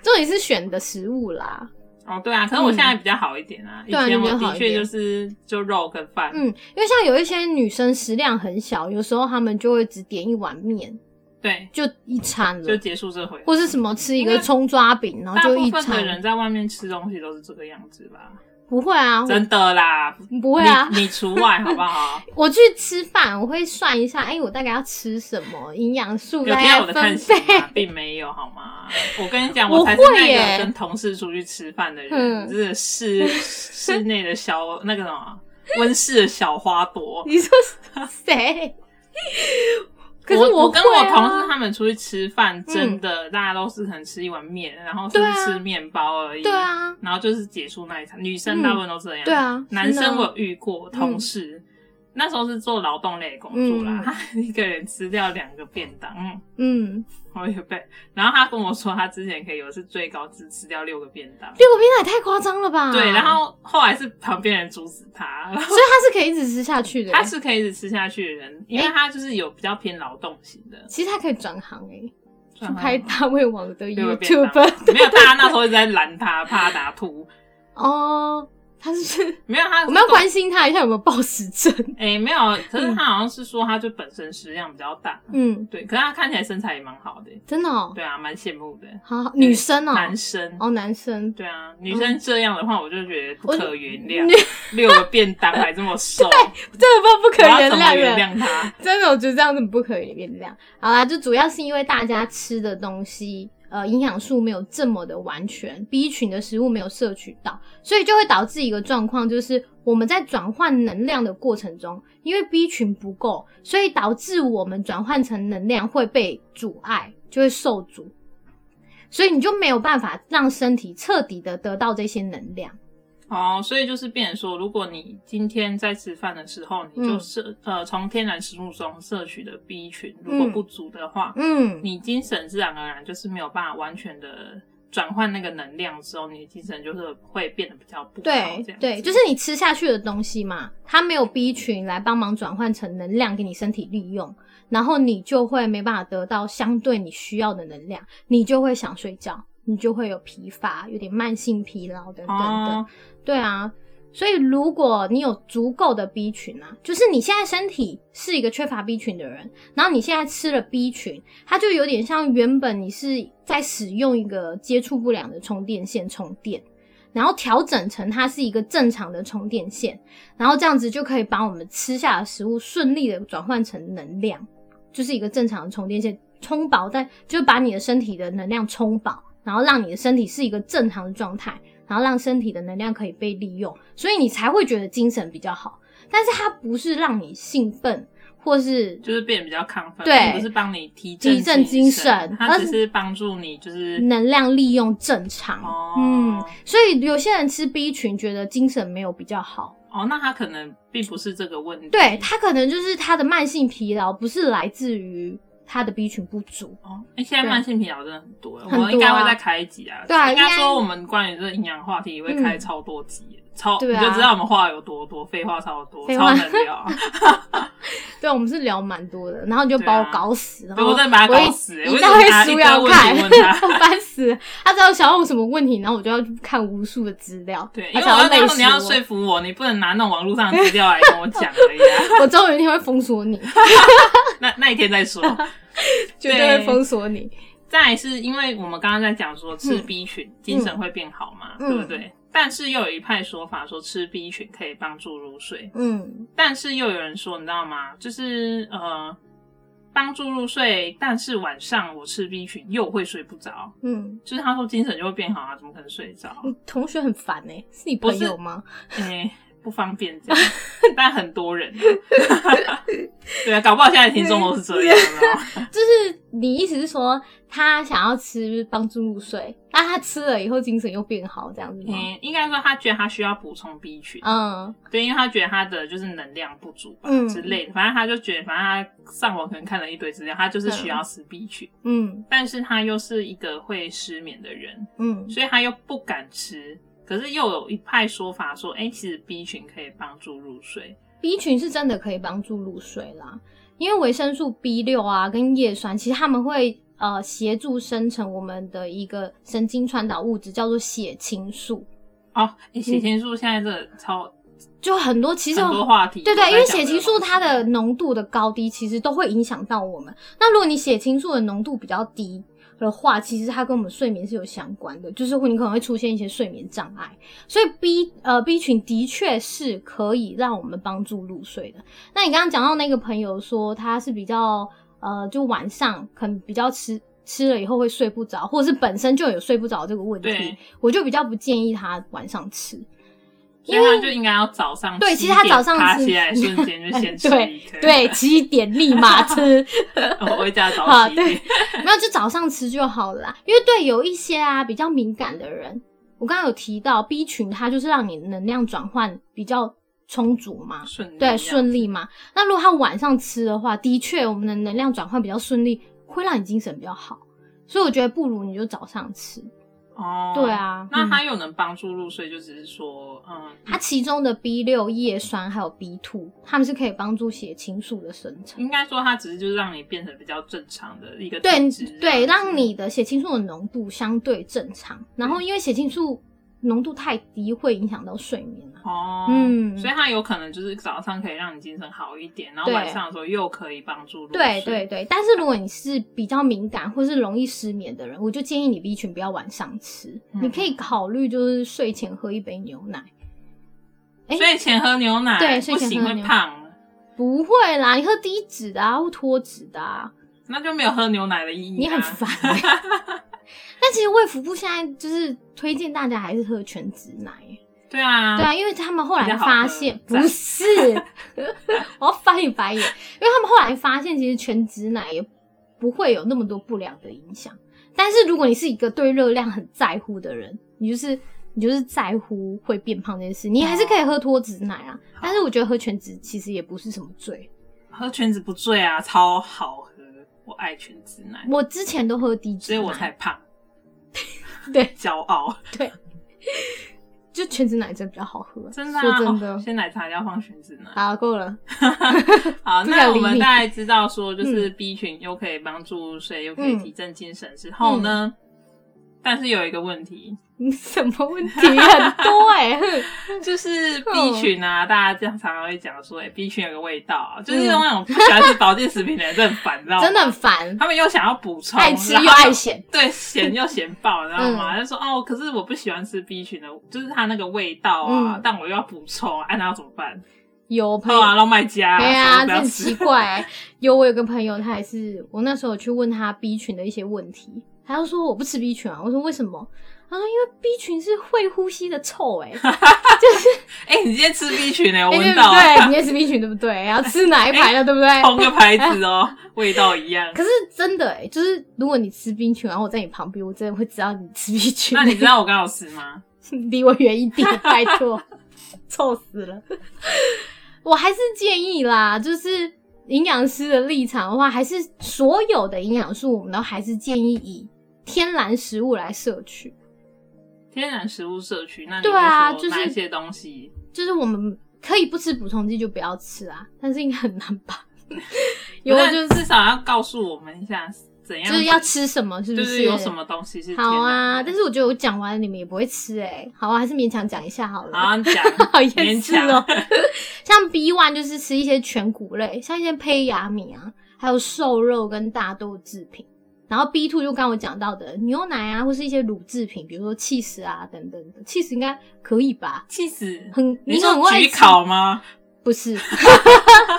Speaker 1: 重点是选的食物啦。
Speaker 2: 哦，对啊，可是我现在比较好一点啊，以
Speaker 1: 对啊
Speaker 2: 前
Speaker 1: 你
Speaker 2: 我
Speaker 1: 比较好
Speaker 2: 的
Speaker 1: 一
Speaker 2: 确
Speaker 1: 点
Speaker 2: 就是就肉跟饭，
Speaker 1: 嗯，因为像有一些女生食量很小，有时候她们就会只点一碗面
Speaker 2: 对，
Speaker 1: 就一餐
Speaker 2: 就
Speaker 1: 了，
Speaker 2: 结束这回合。
Speaker 1: 或是什么吃一
Speaker 2: 应
Speaker 1: 个
Speaker 2: 该
Speaker 1: 葱抓饼，然后
Speaker 2: 大
Speaker 1: 就
Speaker 2: 部
Speaker 1: 一
Speaker 2: 分的人
Speaker 1: 餐。
Speaker 2: 在外面吃东西都是这个样子吧？
Speaker 1: 不会啊，
Speaker 2: 真的啦，
Speaker 1: 我不会啊，
Speaker 2: 你你除外好不好？
Speaker 1: 我去吃饭，我会算一下，哎、我大概要吃什么，营养素
Speaker 2: 有
Speaker 1: 大
Speaker 2: 听到
Speaker 1: 概
Speaker 2: 我的叹
Speaker 1: 分
Speaker 2: 息
Speaker 1: 配。
Speaker 2: 吗？并没有好吗？我跟你讲，
Speaker 1: 我
Speaker 2: 才是
Speaker 1: 会
Speaker 2: 那
Speaker 1: 耶
Speaker 2: 个跟同事出去吃饭的人，
Speaker 1: 嗯
Speaker 2: 真的室室内的小那个什么温室的小花朵。
Speaker 1: [LAUGHS] 你说谁？可是
Speaker 2: 我
Speaker 1: 我
Speaker 2: 跟
Speaker 1: 会
Speaker 2: 我
Speaker 1: 啊嗯
Speaker 2: 同事他们出去吃饭，真的、大家都是可能吃一碗面，然后甚
Speaker 1: 对啊
Speaker 2: 至吃面包而已。
Speaker 1: 对，啊，
Speaker 2: 然后就是结束那一餐。女生
Speaker 1: 嗯
Speaker 2: 大部分都这样，
Speaker 1: 对啊，
Speaker 2: 男
Speaker 1: 真
Speaker 2: 生
Speaker 1: 的
Speaker 2: 我有遇过同事，那时候是做劳动类的工作
Speaker 1: 嗯
Speaker 2: 啦，他 [LAUGHS] 一个人吃掉两个便当，嗯，
Speaker 1: 嗯，
Speaker 2: 我也被。然后他跟我说，他之前可以有一次最高只吃掉六个便当。
Speaker 1: 六个冰奶太夸张了吧？
Speaker 2: 对，然后后来是旁边人阻止他，然后
Speaker 1: 所以他是可以一直吃下去的，
Speaker 2: 他是可以一直吃下去的人，因为
Speaker 1: 哎
Speaker 2: 他就是有比较偏劳动型的，
Speaker 1: 其实他可以转行哎、
Speaker 2: 就
Speaker 1: 去拍大胃王的
Speaker 2: 嗯六个便当 [LAUGHS]
Speaker 1: YouTube
Speaker 2: 没有，大家那时候一直在拦他，怕他打吐。
Speaker 1: 哦，他是就是
Speaker 2: [LAUGHS] 没有他，
Speaker 1: 我们要关心他一下有没有嗯暴食症。
Speaker 2: 哎、没有，可是他好像是说他就本身食量比较大，
Speaker 1: 嗯，
Speaker 2: 对，可是他看起来身材也蛮好的，
Speaker 1: 真的哦，
Speaker 2: 对啊，蛮羡慕的。
Speaker 1: 好好女生哦，
Speaker 2: 男生
Speaker 1: 哦男生，
Speaker 2: 对啊，女生这样的话，我就觉得不
Speaker 1: 我
Speaker 2: 可原谅。六个便当还这么瘦，
Speaker 1: [LAUGHS] 这不不可
Speaker 2: 我要
Speaker 1: 原
Speaker 2: 怎么
Speaker 1: 谅
Speaker 2: 原
Speaker 1: 人。
Speaker 2: 谅他？ [LAUGHS]
Speaker 1: 真的，我觉得这样子不可以原谅。好啦，就主要是因为大家吃的东西，呃，营养素没有这么的完全，B 群的食物没有摄取到，所以就会导致一个状况，就是我们在转换能量的过程中，因为 B 群不够，所以导致我们转换成能量会被阻碍，就会受阻，所以你就没有办法让身体彻底的得到这些能量。
Speaker 2: 哦，所以就是变成说，如果你今天在吃饭的时候，你就
Speaker 1: 嗯
Speaker 2: 摄、呃从天然食物中摄取的 B 群如果
Speaker 1: 嗯
Speaker 2: 不足的话，
Speaker 1: 嗯，
Speaker 2: 你精神自然而然就是没有办法完全的转换那个能量之后，你的精神就是会变得比较不好。
Speaker 1: 对
Speaker 2: 这样
Speaker 1: 对，
Speaker 2: 子
Speaker 1: 就是你吃下去的东西嘛，它没有 B 群来帮忙转换成能量给你身体利用，然后你就会没办法得到相对你需要的能量，你就会想睡觉，你就会有疲乏，有点慢性疲劳等等的。
Speaker 2: 哦，
Speaker 1: 对啊，所以如果你有足够的 B 群啊，就是你现在身体是一个缺乏 B 群的人，然后你现在吃了 B 群，它就有点像原本你是在使用一个接触不良的充电线充电。然后调整成它是一个正常的充电线，然后这样子就可以把我们吃下的食物顺利的转换成能量，就是一个正常的充电线充饱，但就是把你的身体的能量充饱，然后让你的身体是一个正常的状态，然后让身体的能量可以被利用，所以你才会觉得精神比较好。但是它不是让你兴奋，或是
Speaker 2: 就是变得比较亢奋，
Speaker 1: 对
Speaker 2: 并不是帮你提
Speaker 1: 提振精
Speaker 2: 精
Speaker 1: 神
Speaker 2: 它只
Speaker 1: 而
Speaker 2: 是帮助你就是
Speaker 1: 能量利用正常。
Speaker 2: 哦，
Speaker 1: 嗯，所以有些人吃 B 群觉得精神没有比较好，
Speaker 2: 哦，那他可能并不是这个问题，
Speaker 1: 对他可能就是他的慢性疲劳不是来自于他的 B 群不足，
Speaker 2: 哦，哎、现在慢性疲劳真的很多，
Speaker 1: 啊很
Speaker 2: 我们应该会再开一集啊。
Speaker 1: 多啊对啊
Speaker 2: 应该
Speaker 1: 应该
Speaker 2: 说我们关于这个营养话题也会开超多集，超
Speaker 1: 对啊
Speaker 2: 你就知道我们话有多多，废话超多，
Speaker 1: 废
Speaker 2: 超
Speaker 1: 话
Speaker 2: 能
Speaker 1: [LAUGHS]
Speaker 2: 聊啊。
Speaker 1: 对，我们是聊蛮多的，然后你就
Speaker 2: 对
Speaker 1: 把我
Speaker 2: 啊
Speaker 1: 搞死，然
Speaker 2: 对，
Speaker 1: 后
Speaker 2: 我真的把他
Speaker 1: 我一
Speaker 2: 搞死、欸，
Speaker 1: 一
Speaker 2: 我
Speaker 1: 大
Speaker 2: 一直
Speaker 1: 堆
Speaker 2: 拿
Speaker 1: 书
Speaker 2: 一
Speaker 1: 要
Speaker 2: 堆问
Speaker 1: 看，
Speaker 2: 题问他。
Speaker 1: [LAUGHS] 我烦死了。他只要想要我什么问题，然后我就要去看无数的资料，
Speaker 2: 对，因
Speaker 1: 他
Speaker 2: 为
Speaker 1: 想
Speaker 2: 我要
Speaker 1: 累
Speaker 2: 跟
Speaker 1: 死
Speaker 2: 说你要
Speaker 1: 我
Speaker 2: 说服我，你不能拿那种网络上的资料来跟我讲而已、
Speaker 1: [LAUGHS] [LAUGHS]
Speaker 2: 啊。
Speaker 1: 我总有一天会封锁
Speaker 2: [LAUGHS]
Speaker 1: 你，
Speaker 2: 那那一天
Speaker 1: [LAUGHS]
Speaker 2: 再说。
Speaker 1: 绝对会封锁你。
Speaker 2: 再来是因为我们刚刚在讲说吃
Speaker 1: 嗯
Speaker 2: B 群、精神会变好嘛，
Speaker 1: 嗯
Speaker 2: 对不对？但是又有一派说法说吃 B 群可以帮助入睡，
Speaker 1: 嗯，
Speaker 2: 但是又有人说，你知道吗？就是呃，帮助入睡，但是晚上我吃 B 群又会睡不着。
Speaker 1: 嗯，
Speaker 2: 就是他说精神就会变好啊，怎么可能睡
Speaker 1: [LAUGHS]
Speaker 2: 着？
Speaker 1: 你同学很烦哎、是你朋友吗？
Speaker 2: 哎、不方便这样，但很多人啊， [LAUGHS] 对啊，搞不好现在听众都是这样的。
Speaker 1: 就是你意思是说，他想要吃帮助入睡，那他吃了以后精神又变好这样子 [LAUGHS]
Speaker 2: 嗯、
Speaker 1: 吗？
Speaker 2: 应该说他觉得他需要补充 B 群，
Speaker 1: 嗯
Speaker 2: 对，因为他觉得他的就是能量不足吧、
Speaker 1: 嗯
Speaker 2: 之类的，反正他就觉得，反正他上网可能看了一堆资料，他就是需要吃 B 群，
Speaker 1: 嗯
Speaker 2: 但是他又是一个会失眠的人，
Speaker 1: 嗯
Speaker 2: 所以他又不敢吃。可是又有一派说法说，哎、其实 B 群可以帮助入睡。
Speaker 1: ，B 群是真的可以帮助入睡啦，因为维生素 B 六啊跟叶酸，其实他们会呃协助生成我们的一个神经传导物质，叫做血清素。
Speaker 2: 哦，诶血清素现在这个超、
Speaker 1: 就很多嗯其实
Speaker 2: 很多话题都
Speaker 1: 对
Speaker 2: 在讲
Speaker 1: 对，
Speaker 2: 这个东西，
Speaker 1: 因为血清素它的浓度的高低，其实都会影响到我们。那如果你血清素的浓度比较低的话，其实它跟我们睡眠是有相关的，就是会你可能会出现一些睡眠障碍。所以 B 呃 B 群的确是可以让我们帮助入睡的。那你刚刚讲到那个朋友说他是比较呃，就晚上可能比较吃吃了以后会睡不着，或者是本身就有睡不着这个问题
Speaker 2: 对，
Speaker 1: 我就比较不建议他晚上吃。
Speaker 2: 所以他就应该要早上
Speaker 1: 对
Speaker 2: 7
Speaker 1: 其实他早上
Speaker 2: 点爬
Speaker 1: 是
Speaker 2: 起来瞬间就先吃一
Speaker 1: [LAUGHS]
Speaker 2: 颗，
Speaker 1: 对，
Speaker 2: [LAUGHS]
Speaker 1: 七点立马吃，
Speaker 2: 我会叫他早
Speaker 1: 啊，
Speaker 2: 起一
Speaker 1: 对
Speaker 2: [LAUGHS] 点。，
Speaker 1: 没有就早上吃就好了啦。因为对有一些啊比较敏感的人，我刚刚有提到 B 群，它就是让你能量转换比较充足嘛，
Speaker 2: 顺利
Speaker 1: 对，
Speaker 2: 这样
Speaker 1: 顺利嘛。那如果他晚上吃的话，的确我们的能量转换比较顺利，会让你精神比较好。所以我觉得不如你就早上吃，
Speaker 2: 哦，
Speaker 1: 对。啊。
Speaker 2: 那
Speaker 1: 嗯
Speaker 2: 它又能帮助入睡，就只是说，嗯，
Speaker 1: 它其中的 B 六叶酸还有 B two，它们是可以帮助血清素的生成。
Speaker 2: 应该说它只是就是让你变成比较正常的啊一个
Speaker 1: 对
Speaker 2: 体质
Speaker 1: 对，
Speaker 2: 这样子
Speaker 1: 让你的血清素的浓
Speaker 2: 嗯
Speaker 1: 度相对正常。然后因为血清素浓度太低，会影响到睡眠啊。
Speaker 2: 哦，
Speaker 1: 嗯
Speaker 2: 所以它有可能就是早上可以让你精神好一点，然后
Speaker 1: 对
Speaker 2: 晚上的时候又可以帮助入
Speaker 1: 对对，
Speaker 2: 睡
Speaker 1: 对，但是如果你是比较敏感或是容易失眠的人，我就建议你 B 群不要晚上吃，
Speaker 2: 嗯
Speaker 1: 你可以考虑就是睡前喝一杯牛奶。哎
Speaker 2: 所以前喝牛奶
Speaker 1: 对睡
Speaker 2: 不
Speaker 1: 前
Speaker 2: 行
Speaker 1: 喝
Speaker 2: 会
Speaker 1: 牛奶
Speaker 2: 胖，
Speaker 1: 不会啦，你喝低脂的啊，或脱脂的啊，
Speaker 2: 那就没有喝牛奶的意义、啊。
Speaker 1: 你很烦、欸。 [LAUGHS] 但其实卫福部现在就是推荐大家还是喝全脂奶、欸
Speaker 2: 对啊，
Speaker 1: 对啊，因为他们后
Speaker 2: 比
Speaker 1: 来
Speaker 2: 较好
Speaker 1: 发
Speaker 2: 喝
Speaker 1: 现
Speaker 2: 赞
Speaker 1: 不
Speaker 2: [LAUGHS]
Speaker 1: 是，我要翻你白眼，因为他们后来发现，其实全脂奶也不会有那么多不良的影响。但是如果你是一个对热量很在乎的人，你就是你就是在乎会变胖这件事，
Speaker 2: 哦
Speaker 1: 你还是可以喝脱脂奶啊。但是我觉得喝全脂其实也不是什么罪，
Speaker 2: 喝全脂不醉啊，超好喝，我爱全脂奶，
Speaker 1: 我之前都喝低脂
Speaker 2: 所以
Speaker 1: 奶，。
Speaker 2: 我才胖
Speaker 1: [LAUGHS] 对，
Speaker 2: 骄傲，
Speaker 1: 就全脂奶真的比较好喝，
Speaker 2: 真的、啊。
Speaker 1: 说真的。
Speaker 2: 哦鲜奶茶要放全脂奶。
Speaker 1: 好，够了。 [LAUGHS]
Speaker 2: 好，
Speaker 1: 不想
Speaker 2: 那我
Speaker 1: 理
Speaker 2: 们
Speaker 1: 你
Speaker 2: 大概知道说，就是 B 群又可以帮助睡，又可以
Speaker 1: 嗯
Speaker 2: 提振精神之后呢，但是有一个问题，
Speaker 1: 你什么问题很多
Speaker 2: [LAUGHS]
Speaker 1: 哎、哼
Speaker 2: 就是 B
Speaker 1: 嗯
Speaker 2: 群啊，大家这样常常会讲说，哎、b 群有个味道啊，就是那种不喜欢吃保健食品的人真的很烦，你知道吗？
Speaker 1: 嗯真的很烦，
Speaker 2: 他们又想要补充，
Speaker 1: 爱吃嗯
Speaker 2: 然后
Speaker 1: 又爱咸。
Speaker 2: 对咸又咸爆，你知道吗？就说哦，可是我不喜欢吃 B 群的，就是它那个味道啊，
Speaker 1: 嗯
Speaker 2: 但我又要补充，哎、那要怎么办？
Speaker 1: 有朋
Speaker 2: 喝
Speaker 1: 友
Speaker 2: 完让卖家、
Speaker 1: 对
Speaker 2: 啊，
Speaker 1: 啊，
Speaker 2: 什
Speaker 1: 这
Speaker 2: 么都不要
Speaker 1: 很
Speaker 2: 吃 [LAUGHS]
Speaker 1: 奇怪 [LAUGHS] 欸、有我有个朋友，他也是，我那时候去问他 B 群的一些问题，他就说我不吃 B 群啊。我说为什么？他说因为 B 群是会呼吸的臭
Speaker 2: [LAUGHS]
Speaker 1: 哎、欸，
Speaker 2: 哎、你今天吃 B 群呢、
Speaker 1: 哎
Speaker 2: 我
Speaker 1: 对
Speaker 2: 闻
Speaker 1: 不
Speaker 2: 到、啊。哎
Speaker 1: 对？你也是 B 群对不对？然后吃哪一排的对不对？
Speaker 2: [LAUGHS] 同个牌子哦，味道
Speaker 1: [LAUGHS]
Speaker 2: 一样。
Speaker 1: 可是真的哎、就是如果你吃 B 群，然后我在你旁边，我真的会知道你吃 B 群。
Speaker 2: 那你知道我刚好吃吗？
Speaker 1: [LAUGHS] 离我远一点，拜
Speaker 2: [LAUGHS]
Speaker 1: 托，臭死了。 [LAUGHS] 我还是建议啦，就是营养师的立场的话，还是所有的营养素，我们都还是建议以天然食物来摄取。
Speaker 2: 天然食物社区，那你
Speaker 1: 对啊
Speaker 2: 会说
Speaker 1: 就是
Speaker 2: 哪一些东西？
Speaker 1: 就是我们可以不吃补充剂就不要吃啊，但是应该很难吧？ [LAUGHS] 有
Speaker 2: 那
Speaker 1: 就是
Speaker 2: 至少要告诉我们一下怎样，
Speaker 1: 就是要吃什么，是不
Speaker 2: 就是有什么东西是
Speaker 1: 好啊，但
Speaker 2: 天
Speaker 1: 是我觉得我讲完了你们也不会吃哎、好啊，还是勉强讲一下好了。
Speaker 2: 然的，好
Speaker 1: [LAUGHS]
Speaker 2: 啊，
Speaker 1: 好
Speaker 2: 讲
Speaker 1: 厌
Speaker 2: 勉
Speaker 1: 世
Speaker 2: 强
Speaker 1: 哦。像 B one 就是吃一些全谷类，像一些胚芽米啊，还有瘦肉跟大豆制品。然后 B two 就刚我讲到的牛奶啊，或是一些乳制品，比如说 cheese 啊等等的，cheese 应该可以吧？
Speaker 2: 气
Speaker 1: [LAUGHS]
Speaker 2: 死！
Speaker 1: 很
Speaker 2: 你
Speaker 1: 很
Speaker 2: 说
Speaker 1: 会
Speaker 2: 焗
Speaker 1: 吃
Speaker 2: 烤吗？
Speaker 1: 不是？ [LAUGHS]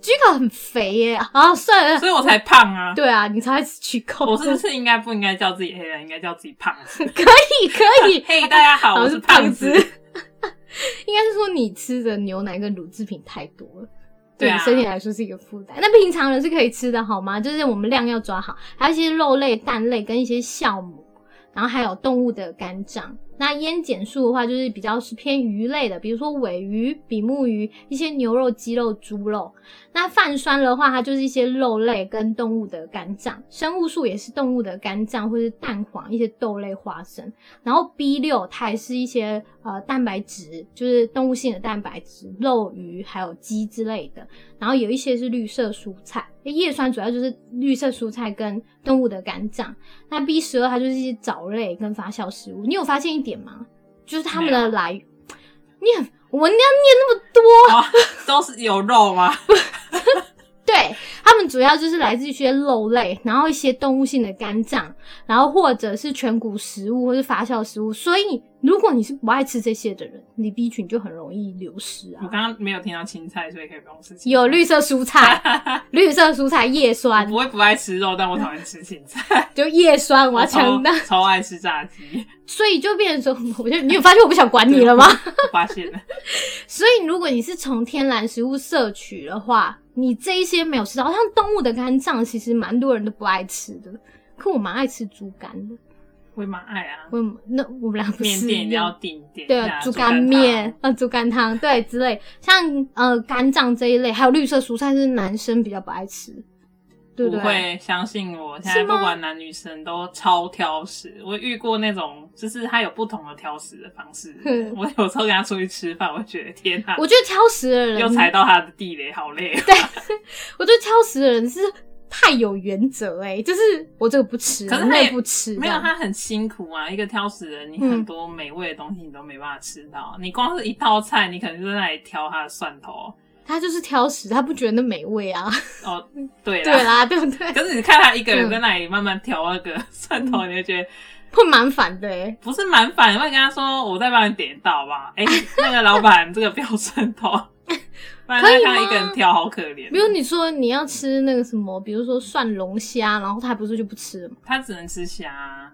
Speaker 1: 焗烤很肥耶、啊！算了，
Speaker 2: 所以我才胖啊！
Speaker 1: [LAUGHS] 对啊，你才爱吃焗烤，
Speaker 2: 我是不是应该不应该叫自己黑人，应该叫自己胖子？
Speaker 1: [LAUGHS] 可以可以，
Speaker 2: 嘿，大家好，我是胖子。
Speaker 1: [LAUGHS] 应该是说你吃的牛奶跟乳制品太多了，
Speaker 2: 对啊
Speaker 1: 你身体来说是一个负担。那平常人是可以吃的好吗？就是我们量要抓好，还有一些肉类、蛋类跟一些酵母，然后还有动物的肝脏。那烟碱素的话，就是比较是偏鱼类的，比如说尾鱼、比目鱼、一些牛肉、鸡肉、猪肉。那泛酸的话，它就是一些肉类跟动物的肝脏，生物素也是动物的肝脏或是蛋黄、一些豆类、花生。然后 B 六它也是一些呃蛋白质，就是动物性的蛋白质，肉、鱼还有鸡之类的。然后有一些是绿色蔬菜，叶酸主要就是绿色蔬菜跟动物的肝脏。那 B 十二它就是一些藻类跟发酵食物。你有发现一点吗？就是它们
Speaker 2: 没
Speaker 1: 的
Speaker 2: 有
Speaker 1: 来，你很我要念那么多，
Speaker 2: 哦都是有肉吗？
Speaker 1: 对，它们主要就是来自一些肉类，然后一些动物性的肝脏，然后或者是全谷食物或是发酵食物。所以，如果你是不爱吃这些的人，你 B 群就很容易流失
Speaker 2: 我
Speaker 1: 啊。
Speaker 2: 刚刚没有听到青菜，所以可以不用吃青
Speaker 1: [LAUGHS]
Speaker 2: 菜。
Speaker 1: 有绿色蔬 [LAUGHS] 菜，绿色蔬菜叶
Speaker 2: 我
Speaker 1: 酸，
Speaker 2: 不会不爱吃肉，但我讨厌吃青菜。
Speaker 1: 就叶酸， [LAUGHS] 我要强
Speaker 2: 超
Speaker 1: 调。
Speaker 2: 超爱吃炸鸡，
Speaker 1: [LAUGHS] 所以就变成说，我就你有发现我不想管 [LAUGHS] 你了吗？ [LAUGHS]
Speaker 2: 我发现了。
Speaker 1: 所以，如果你是从天然食物摄取的话，你这一些没有吃到，像动物的肝脏，其实蛮多人都不爱吃的。可我蛮爱吃猪肝的，
Speaker 2: 我也蛮爱啊，
Speaker 1: 为什么？那我们俩 [LAUGHS] 不
Speaker 2: 面
Speaker 1: 是
Speaker 2: 店一定
Speaker 1: 一
Speaker 2: 要
Speaker 1: 样
Speaker 2: 定点，
Speaker 1: 对
Speaker 2: 啊，
Speaker 1: 猪肝
Speaker 2: 肝
Speaker 1: 面、呃猪肝汤对之类，像呃肝脏这一类，还有绿色蔬菜是男生比较不爱吃，对
Speaker 2: 汤。
Speaker 1: 不对？
Speaker 2: 不会相信我，现在不
Speaker 1: 吗
Speaker 2: 管男女生都超挑食。我遇过那种，就是他有不同的挑食的方式
Speaker 1: 哼。
Speaker 2: 我有时候跟他出去吃饭，我会觉得天哪，
Speaker 1: 我觉得挑食的人
Speaker 2: 又踩到他的地雷，好累哦。
Speaker 1: 我觉得挑食的人是太有原则哎、就是我这个不吃，
Speaker 2: 可是
Speaker 1: 我
Speaker 2: 他
Speaker 1: 那
Speaker 2: 也
Speaker 1: 个不吃，
Speaker 2: 没有，
Speaker 1: 这样嗯
Speaker 2: 他很辛苦啊，一个挑食人，你很多美味的东西你都没办法吃到，你光是一道菜，你可能就在那里挑它的蒜头。
Speaker 1: 他就是挑食，他不觉得那美味
Speaker 2: [LAUGHS]
Speaker 1: 啊，
Speaker 2: 哦，对
Speaker 1: 对
Speaker 2: 啦，
Speaker 1: 啦，嗯对不
Speaker 2: [LAUGHS]
Speaker 1: [LAUGHS] 对？
Speaker 2: 可是你看他一个人在那里慢慢挑那个蒜
Speaker 1: 嗯
Speaker 2: 头，你就觉得
Speaker 1: 会蛮烦的哎、
Speaker 2: 不是蛮烦，会跟他说我再帮你点到吧。哎、那个老板 [LAUGHS] 这个标
Speaker 1: [LAUGHS]
Speaker 2: 蒜头，不然
Speaker 1: 可以
Speaker 2: 他
Speaker 1: 吗
Speaker 2: 一个人挑好可怜。
Speaker 1: 比如你说你要吃那个什么，比如说蒜龙虾，然后他不是就不吃了吗？
Speaker 2: 他只能吃虾啊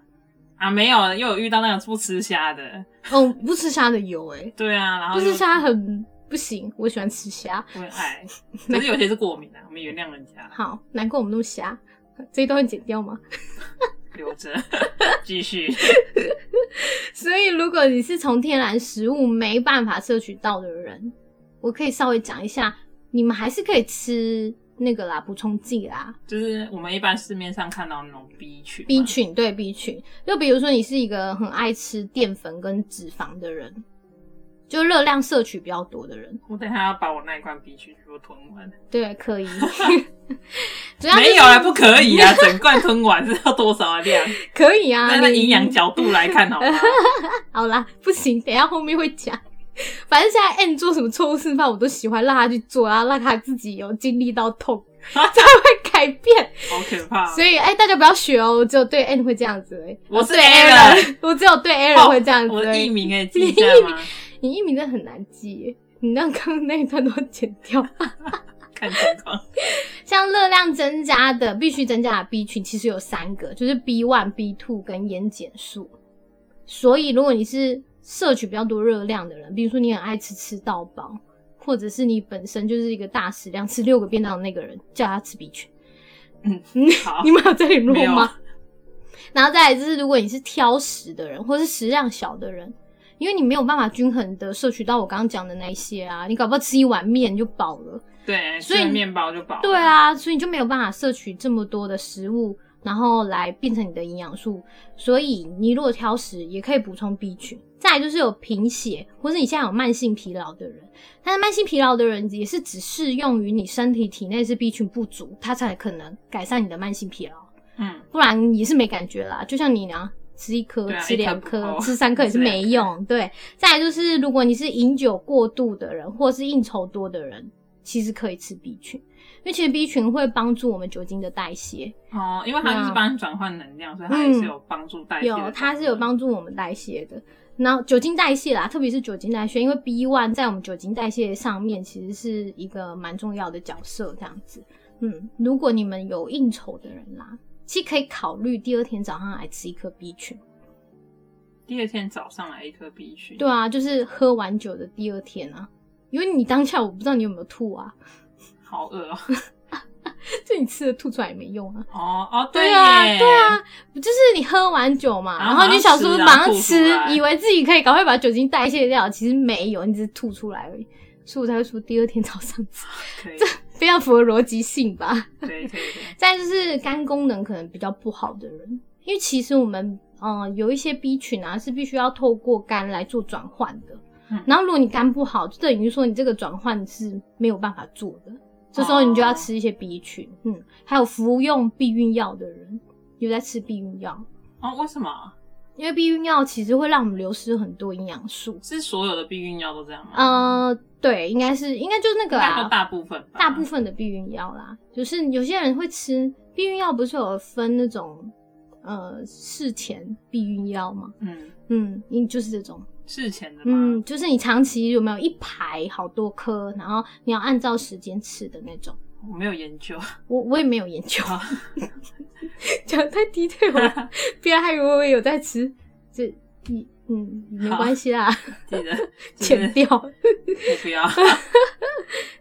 Speaker 2: 啊，没有又有遇到那个不吃虾的，
Speaker 1: 嗯，不吃虾的有哎、
Speaker 2: 对啊，然后
Speaker 1: 不吃
Speaker 2: 又
Speaker 1: 虾很不行，我喜欢吃虾。
Speaker 2: 不会
Speaker 1: [LAUGHS]
Speaker 2: 爱，可是有些是过敏啊，我们原谅人家，
Speaker 1: 好，难怪我们那么瞎。这一段会剪掉吗？ [LAUGHS]
Speaker 2: 留着继续。
Speaker 1: 所以，如果你是从天然食物没办法摄取到的人，我可以稍微讲一下，你们还是可以吃那个啦，补充剂啦
Speaker 2: 就是我们一般市面上看到那种 B 群嘛
Speaker 1: ，B 群对 B 群。就比如说你是一个很爱吃淀粉跟脂肪的人，就热量摄取比较多的人，
Speaker 2: 我等一下要把我那一罐 B 群全部吞完，
Speaker 1: 对，可以。 [LAUGHS] 主要就是
Speaker 2: 没有啊，不可以啊，整罐吞完是要多少
Speaker 1: [LAUGHS]
Speaker 2: 的量？
Speaker 1: 可以啊，
Speaker 2: 那那
Speaker 1: 你
Speaker 2: 营养角度来看好吗？
Speaker 1: 好啦，不行，等一下后面会讲。 [LAUGHS] 反正现在 N 做什么错误示范，我都喜欢让他去做，然后让他自己有经历到
Speaker 2: [LAUGHS]
Speaker 1: 痛，才会改变。
Speaker 2: 好可怕
Speaker 1: [LAUGHS]
Speaker 2: 啊！
Speaker 1: 所以，哎、大家不要学哦，我只有对 N 会这样子而已。哦
Speaker 2: 我是
Speaker 1: 对
Speaker 2: Aaron 哦
Speaker 1: Aaron，我只有对 Aaron 会这样子
Speaker 2: [LAUGHS] 我
Speaker 1: 而
Speaker 2: 的艺
Speaker 1: 已。
Speaker 2: 名可以记一下吗？ [LAUGHS]
Speaker 1: 你一名真的很难记耶，你让刚刚那一段都剪掉。
Speaker 2: 看情况。
Speaker 1: 像热量增加的必须增加的 B 群，其实有三个，就是 B one、B two 跟烟碱素。所以如果你是摄取比较多热量的人，比如说你很爱吃吃到饱，或者是你本身就是一个大食量吃六个便当的那个人，叫他吃 B 群，
Speaker 2: 好
Speaker 1: 你，们有在联络
Speaker 2: 哦没有
Speaker 1: 吗？然后再来就是，如果你是挑食的人，或是食量小的人，因为你没有办法均衡的摄取到我刚刚讲的那一些啊，你搞不好吃一碗面就饱了。
Speaker 2: 对，
Speaker 1: 所以
Speaker 2: 吃了面包就饱。
Speaker 1: 对，啊，所以你就没有办法摄取这么多的食物，然后来变成你的营养素。所以你如果挑食，也可以补充 B 群。再来就是有贫血，或是你现在有慢性疲劳的人，但是慢性疲劳的人也是只适用于你身体体内是 B 群不足，它才可能改善你的慢性疲劳，
Speaker 2: 嗯，
Speaker 1: 不然也是没感觉啦。就像你呢，吃一颗、
Speaker 2: 对啊
Speaker 1: 吃
Speaker 2: 一颗
Speaker 1: 两
Speaker 2: 不
Speaker 1: 颗、[LAUGHS]
Speaker 2: 够
Speaker 1: 吃三颗也是
Speaker 2: 吃两
Speaker 1: 没
Speaker 2: 颗 [LAUGHS]
Speaker 1: 用。对，再来就是如果你是饮酒过度的人，或是应酬多的人，其实可以吃 B 群。因为其实 B 群会帮助我们酒精的代谢，
Speaker 2: 哦，因为它就是帮你转换能量，所以它也是有帮助代谢的功
Speaker 1: 嗯
Speaker 2: 能。嗯
Speaker 1: 有它是有帮助我们代谢的。然后酒精代谢啦，特别是酒精代谢，因为 B one 在我们酒精代谢上面其实是一个蛮重要的角色，这样子。嗯，如果你们有应酬的人啦，其实可以考虑第二天早上来吃一颗 B 群。
Speaker 2: 第二天早上来一颗 B 群。
Speaker 1: 对啊，就是喝完酒的第二天啊，因为你当下我不知道你有没有吐啊， [LAUGHS]
Speaker 2: 好饿哦！
Speaker 1: 就你吃了吐出来也没用啊。
Speaker 2: 哦哦，
Speaker 1: 对啊，
Speaker 2: 耶，
Speaker 1: 对啊，就是你喝完酒嘛，
Speaker 2: 然
Speaker 1: 然
Speaker 2: 后
Speaker 1: 后你就想说马
Speaker 2: 马
Speaker 1: 上
Speaker 2: 上吃
Speaker 1: 吃
Speaker 2: 然后吐出，来
Speaker 1: 以为自己可以赶快把酒精代谢掉，其实没有，你只是吐出来而已。所以我才会说第二天早上吃， [LAUGHS]
Speaker 2: 可以，
Speaker 1: 非常符合逻辑性吧。
Speaker 2: 可以，可以，可以。
Speaker 1: 再就是肝功能可能比较不好的人，因为其实我们嗯、呃有一些 B 群啊是必须要透过肝来做转换的。
Speaker 2: 嗯
Speaker 1: 然后如果你肝不好，就等于说你这个转换是没有办法做的，这时候你就要吃一些 B 群，
Speaker 2: 哦
Speaker 1: 嗯，还有服用避孕药的人有在吃避孕药，
Speaker 2: 哦，为什么？
Speaker 1: 因为避孕药其实会让我们流失很多营养素。
Speaker 2: 是所有的避孕药都这样吗？
Speaker 1: 呃，对，应该是应该就是那个
Speaker 2: 应该
Speaker 1: 啊
Speaker 2: 说，大部分吧，
Speaker 1: 大部分的避孕药啦，就是有些人会吃避孕药，不是有分那种呃事前避孕药吗？
Speaker 2: 嗯，
Speaker 1: 嗯，你就是这种，
Speaker 2: 事前的
Speaker 1: 嗯
Speaker 2: 吗？，
Speaker 1: 就是你长期有没有一排好多颗，然后你要按照时间吃的那种。
Speaker 2: 我没有研究，
Speaker 1: 我我也没有研究
Speaker 2: 好，
Speaker 1: [LAUGHS] 讲太低对我了，别人还以为我有在吃，这你嗯没
Speaker 2: 好
Speaker 1: 关系啦，
Speaker 2: 记得记得
Speaker 1: [LAUGHS] 剪掉。 [LAUGHS]
Speaker 2: 我不要，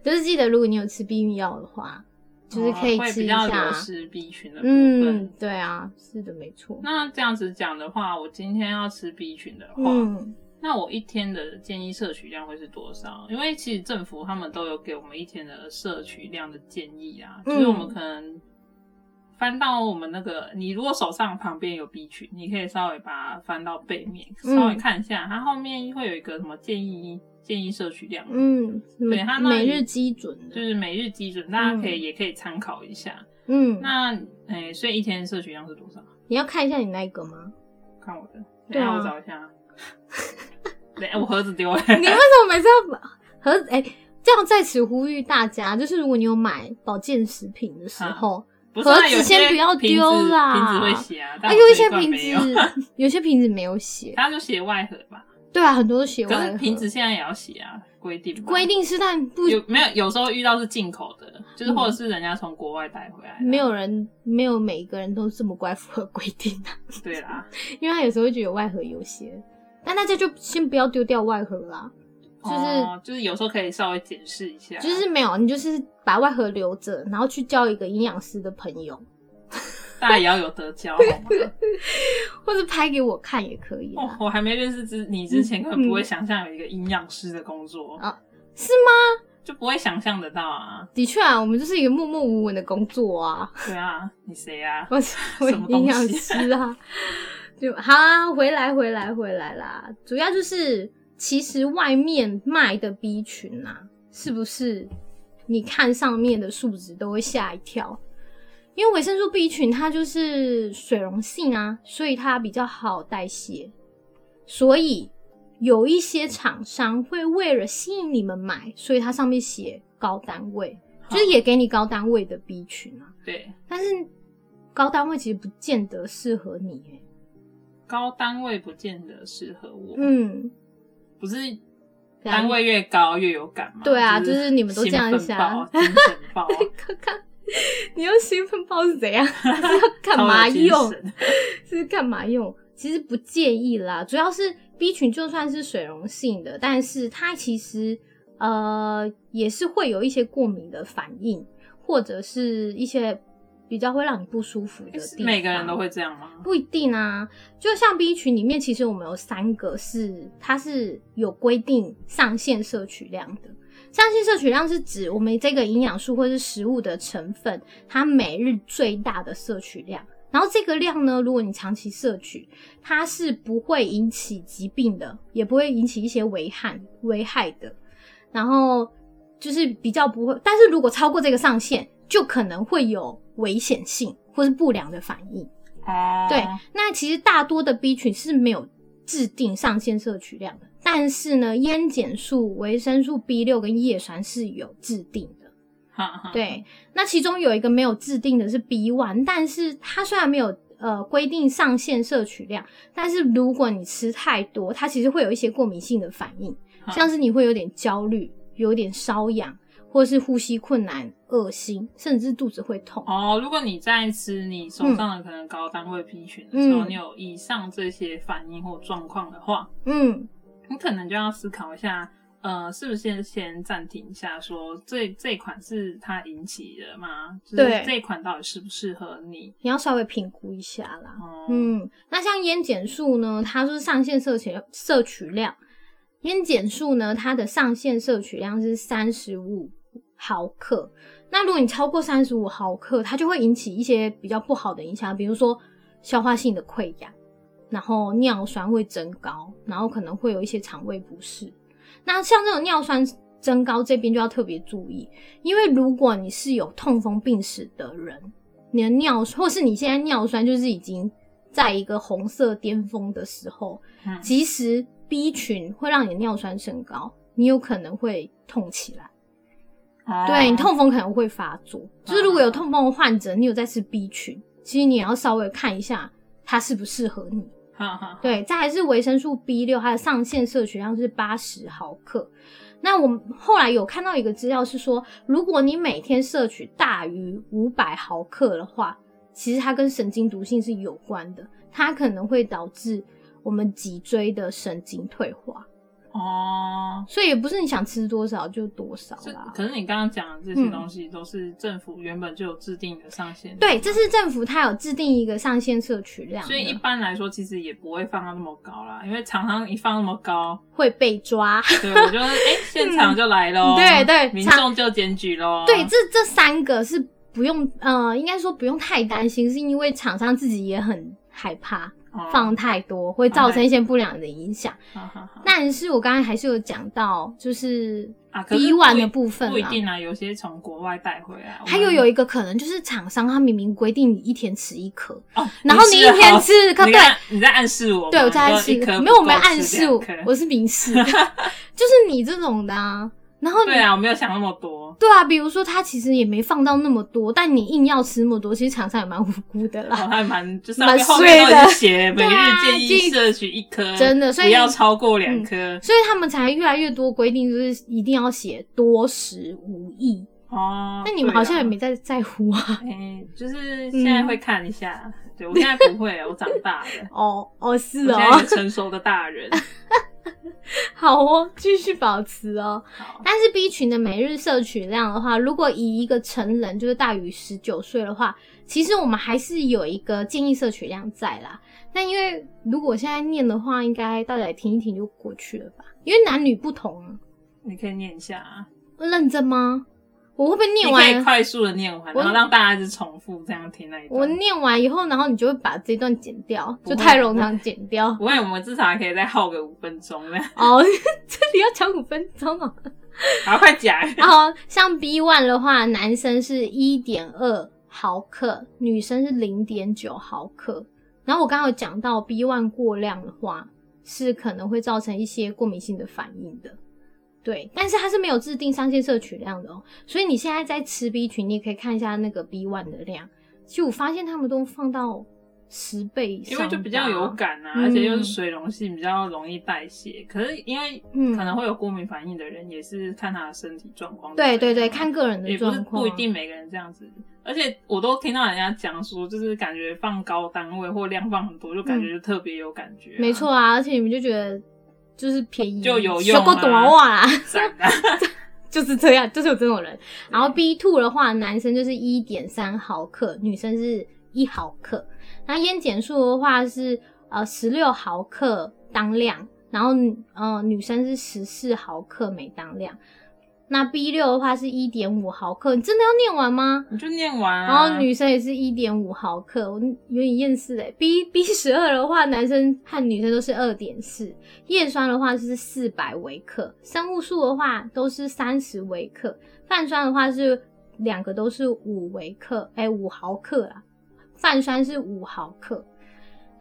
Speaker 1: 就是记得，如果你有吃避孕药的话，就是可以
Speaker 2: 哦会
Speaker 1: 吃
Speaker 2: 比
Speaker 1: 一
Speaker 2: 较
Speaker 1: 下啊
Speaker 2: 流。失 B 群的部
Speaker 1: 嗯
Speaker 2: 分。，
Speaker 1: 对啊，是的，没错。
Speaker 2: 那这样子讲的话，我今天要吃 B 群的话，
Speaker 1: 嗯，
Speaker 2: 那我一天的建议摄取量会是多少？因为其实政府他们都有给我们一天的摄取量的建议啊，
Speaker 1: 嗯
Speaker 2: 就是我们可能翻到我们那个，你如果手上旁边有 B 群，你可以稍微把它翻到背面，
Speaker 1: 嗯
Speaker 2: 稍微看一下，它后面会有一个什么建议建议摄取量，，
Speaker 1: 嗯，每
Speaker 2: 对它那
Speaker 1: 每
Speaker 2: 里
Speaker 1: 日基准的，
Speaker 2: 就是每日基准，大家可以、也可以参考一下。
Speaker 1: 嗯，
Speaker 2: 那诶、所以一天摄取量是多少？
Speaker 1: 你要看一下你那个
Speaker 2: [LAUGHS]
Speaker 1: 吗？
Speaker 2: 看我的，
Speaker 1: 对
Speaker 2: 等一下
Speaker 1: 啊
Speaker 2: 我找
Speaker 1: [LAUGHS]
Speaker 2: 一下。等一下我盒子丢了，
Speaker 1: 你为什么每次要把盒子？哎、这样在此呼吁大家，就是如果你有买保健食品的时候，
Speaker 2: 不是啊
Speaker 1: 盒子
Speaker 2: 有些
Speaker 1: 先不要
Speaker 2: 瓶子
Speaker 1: 丢啦
Speaker 2: 瓶子会写啊，但
Speaker 1: 啊，
Speaker 2: 我
Speaker 1: 有一
Speaker 2: 这
Speaker 1: 些
Speaker 2: 罐
Speaker 1: 瓶
Speaker 2: 没有，
Speaker 1: 子， [LAUGHS] 有些瓶子没有写，
Speaker 2: 他就写外盒吧。
Speaker 1: 对啊，很多都写
Speaker 2: 可
Speaker 1: 外
Speaker 2: 是
Speaker 1: 盒。
Speaker 2: 瓶子现在也要写啊，规定吧
Speaker 1: 规定是，但不嗯
Speaker 2: 有没有？有时候遇到是进口的，就是或者是人家从国外带回来的，
Speaker 1: 没有人没有每一个人都这么乖符合规定的、 [LAUGHS]
Speaker 2: 对啦，
Speaker 1: 因为他有时候会觉得有外盒有些，但大家就先不要丢掉外盒啦，就是
Speaker 2: 哦就是有时候可以稍微检视一下，
Speaker 1: 就是没有，你就是把外盒留着，然后去交一个营养师的朋友，
Speaker 2: 大家也要有得交，好吗？
Speaker 1: [LAUGHS] 或者拍给我看也可以
Speaker 2: 哦
Speaker 1: 啦，，
Speaker 2: 我还没认识之你之前，根本不会想象有一个营养师的工作，
Speaker 1: 嗯啊是吗？
Speaker 2: 就不会想象得到啊。
Speaker 1: 的确啊，我们就是一个默默无闻的工作啊，
Speaker 2: [LAUGHS] 对啊，你谁啊？
Speaker 1: [LAUGHS] 我
Speaker 2: [LAUGHS]
Speaker 1: 是我
Speaker 2: 什么
Speaker 1: 营
Speaker 2: 东西
Speaker 1: 养师啊，就好啊，回来回来回来啦，主要就是其实外面卖的 B 群啊，是不是你看上面的数值都会吓一跳？因为维生素 B 群它就是水溶性啊，所以它比较好代谢，所以有一些厂商会为了吸引你们买，所以它上面写高单位，就是也给你高单位的 B 群啊。
Speaker 2: 对
Speaker 1: 但是高单位其实不见得适合你耶。
Speaker 2: 高单位不见得适合我，，
Speaker 1: 嗯，
Speaker 2: 不是
Speaker 1: 对啊
Speaker 2: 单位越高越有感嘛？
Speaker 1: 对啊就是是你们都这样
Speaker 2: 兴奋
Speaker 1: 想
Speaker 2: 爆啊精神爆
Speaker 1: 看看你用兴奋包是 [LAUGHS] 怎样？是要 [LAUGHS] 干嘛
Speaker 2: 超有精
Speaker 1: 用？
Speaker 2: 神
Speaker 1: 是干嘛用？其实不建议啦，主要是 B 群就算是水溶性的，但是它其实呃也是会有一些过敏的反应，或者是一些比较会让你不舒服的地
Speaker 2: 是
Speaker 1: 方。
Speaker 2: 每个人都会这样吗？
Speaker 1: 不一定啊，就像 B 群里面，其实我们有三个是它是有规定上限摄取量的。上限摄取量是指我们这个营养素或是食物的成分，它每日最大的摄取量。然后这个量呢，如果你长期摄取，它是不会引起疾病的，也不会引起一些危害危害的。然后就是比较不会，但是如果超过这个上限，就可能会有危险性或是不良的反应。
Speaker 2: 哦，
Speaker 1: 对，那其实大多的 B 群是没有制定上限摄取量的，但是呢，烟碱素、维生素 B 六跟叶酸是有制定的。
Speaker 2: 哈哈，
Speaker 1: 对，那其中有一个没有制定的是 B one，但是它虽然没有呃规定上限摄取量，但是如果你吃太多，它其实会有一些过敏性的反应，
Speaker 2: 哈
Speaker 1: 像是你会有点焦虑、有点瘙痒，或是呼吸困难、恶心，甚至肚子会痛。
Speaker 2: 哦，如果你在吃你手上的可能高单位 B 群的时候，
Speaker 1: 嗯
Speaker 2: 你有以上这些反应或状况的话，
Speaker 1: 嗯，
Speaker 2: 你可能就要思考一下，呃，是不是先先暂停一下说这这款是它引起的吗？就是
Speaker 1: 对
Speaker 2: 这款到底适不适合你？
Speaker 1: 你要稍微评估一下啦。
Speaker 2: 哦、
Speaker 1: 嗯，那像烟碱素呢，它是上限摄取摄取量。烟碱素呢，它的上限摄取量是三十五毫克。那如果你超过三十五毫克，它就会引起一些比较不好的影响，比如说消化性的溃疡，然后尿酸会增高，然后可能会有一些肠胃不适。那像这种尿酸增高这边就要特别注意，因为如果你是有痛风病史的人，你的尿或是你现在尿酸就是已经在一个红色巅峰的时候，
Speaker 2: 嗯
Speaker 1: 其实 B 群会让你的尿酸升高，你有可能会痛起来。
Speaker 2: 哦
Speaker 1: 对你痛风可能会发作，就是如果有痛风的患者，你有在吃 B 群，其实你也要稍微看一下它适不适合你。
Speaker 2: 哈哈，
Speaker 1: 对，再来是维生素 B 六，它的上限摄取量是八十毫克。那我们后来有看到一个资料是说，如果你每天摄取大于五百毫克的话，其实它跟神经毒性是有关的，它可能会导致我们脊椎的神经退化。
Speaker 2: 哦。
Speaker 1: 所以也不是你想吃多少就多少
Speaker 2: 这
Speaker 1: 啦。
Speaker 2: 可是你刚刚讲的这些
Speaker 1: 嗯
Speaker 2: 东西都是政府原本就有制定的上限，
Speaker 1: 对，这是政府它有制定一个上限摄取量的，
Speaker 2: 所以一般来说其实也不会放到那么高啦，因为常常一放那么高，
Speaker 1: 会被抓。
Speaker 2: 对我就
Speaker 1: [LAUGHS]
Speaker 2: 哎、诶现场就来喽、
Speaker 1: 嗯对对
Speaker 2: 民
Speaker 1: 常
Speaker 2: 众就检举喽，
Speaker 1: 对，这这三个是不用，呃，应该说不用太担心，是因为厂商自己也很害怕，放太多，会造成一些不良的影响。
Speaker 2: 哦好好好
Speaker 1: 但是我刚才还是有讲到，就是
Speaker 2: 啊，可是
Speaker 1: 比碗
Speaker 2: 不一
Speaker 1: 的部分
Speaker 2: 不一
Speaker 1: 啊。
Speaker 2: 定啊，有些从国外带回来，我们
Speaker 1: 还有有一个可能就是厂商他明明规定你一天吃一颗，
Speaker 2: 哦，
Speaker 1: 然后你一天吃一颗，
Speaker 2: 你
Speaker 1: 对，
Speaker 2: 在你在暗示我吗，
Speaker 1: 对我在暗示
Speaker 2: 你说一颗，
Speaker 1: 没有我
Speaker 2: 不
Speaker 1: 没
Speaker 2: 够
Speaker 1: 有暗
Speaker 2: 吃
Speaker 1: 示
Speaker 2: 两
Speaker 1: 我
Speaker 2: 颗，
Speaker 1: 我是明
Speaker 2: [LAUGHS]
Speaker 1: 示，就是你这种的啊。然后你
Speaker 2: 对啊，我没有想那么多，
Speaker 1: 对啊，比如说他其实也没放到那么多，但你硬要吃那么多，其实厂商也蛮无辜的
Speaker 2: 我
Speaker 1: 啦。
Speaker 2: 哦还蛮就是
Speaker 1: 啊蛮
Speaker 2: 后
Speaker 1: 碎
Speaker 2: 面
Speaker 1: 的
Speaker 2: 都已经写每
Speaker 1: 对啊
Speaker 2: 日建
Speaker 1: 建议
Speaker 2: 议摄取一颗，
Speaker 1: 真的所以嗯
Speaker 2: 不要超过两颗
Speaker 1: 所以他们才越来越多规定，就是一定要写多食无益。
Speaker 2: 哦。
Speaker 1: 那你们好像也
Speaker 2: 对啊
Speaker 1: 没在在乎啊。
Speaker 2: 嗯，就是现在会看一下。对我现在不会，啊我长
Speaker 1: [LAUGHS]
Speaker 2: 大了，
Speaker 1: 哦哦，
Speaker 2: 我
Speaker 1: 是
Speaker 2: 现
Speaker 1: 哦， [LAUGHS]
Speaker 2: 在是成熟的大人。
Speaker 1: 好哦，继续保持哦。
Speaker 2: 好
Speaker 1: 但是 B 群的每日摄取量的话，如果以一个成人就是大于十九岁的话，其实我们还是有一个建议摄取量在啦。那因为如果现在念的话，应该大家听一听就过去了吧？因为男女不同啊，
Speaker 2: 你可以念一下啊，
Speaker 1: 认真吗？我会不会
Speaker 2: 你
Speaker 1: 念
Speaker 2: 可以
Speaker 1: 完？
Speaker 2: 快速的念完，
Speaker 1: 我
Speaker 2: 然后让大家一直重复这样听那一段。
Speaker 1: 我念完以后，然后你就会把这段剪掉，
Speaker 2: 不
Speaker 1: 就
Speaker 2: 会
Speaker 1: 太冗长剪掉。
Speaker 2: 不会，我们至少还可以再耗个五分钟呢。
Speaker 1: 哦， [LAUGHS] 这里要讲五分钟哦。
Speaker 2: 好，快讲。 [LAUGHS]
Speaker 1: 然后像 B one 的话，男生是一点二毫克，女生是零点九毫克。然后我刚刚有讲到 B one 过量的话，是可能会造成一些过敏性的反应的。对，但是它是没有制定上限摄取量的哦，所以你现在在吃 B 群，你也可以看一下那个 B one 的量。其实我发现他们都放到十倍以上，
Speaker 2: 因为就比较有。感啊，
Speaker 1: 嗯
Speaker 2: 而且又是水溶性，比较容易代谢。可是因为
Speaker 1: 嗯
Speaker 2: 可能会有过敏反应的人，也是看他的身体状况。
Speaker 1: 对对对，看个人的
Speaker 2: 啊也不是
Speaker 1: 状况，啊
Speaker 2: 不一定每个人这样子。而且我都听到人家讲说，就是感觉放高单位或量放很多，就感觉就特别有感觉、
Speaker 1: 嗯没，错啊，而且你们就觉得就是便宜
Speaker 2: 就有用
Speaker 1: 小狗
Speaker 2: 啊
Speaker 1: 短袜啦，
Speaker 2: 赞啊！
Speaker 1: [LAUGHS] 就是这样，就是有这种人。然后 B two 的话，男生就是一点三毫克，女生是一毫克。那烟碱素的话是呃十六毫克当量，然后呃女生是十四毫克每当量。那 B 六的话是一点五毫克，你真的要念完吗？
Speaker 2: 你就念完、啊。
Speaker 1: 然后女生也是一点五毫克，我有点厌世嘞。B B 十二的话，男生和女生都是二点四，叶酸的话是四百微克，生物素的话都是三十微克，泛酸的话是两个都是五微克，哎、五毫克啦，泛酸是五毫克。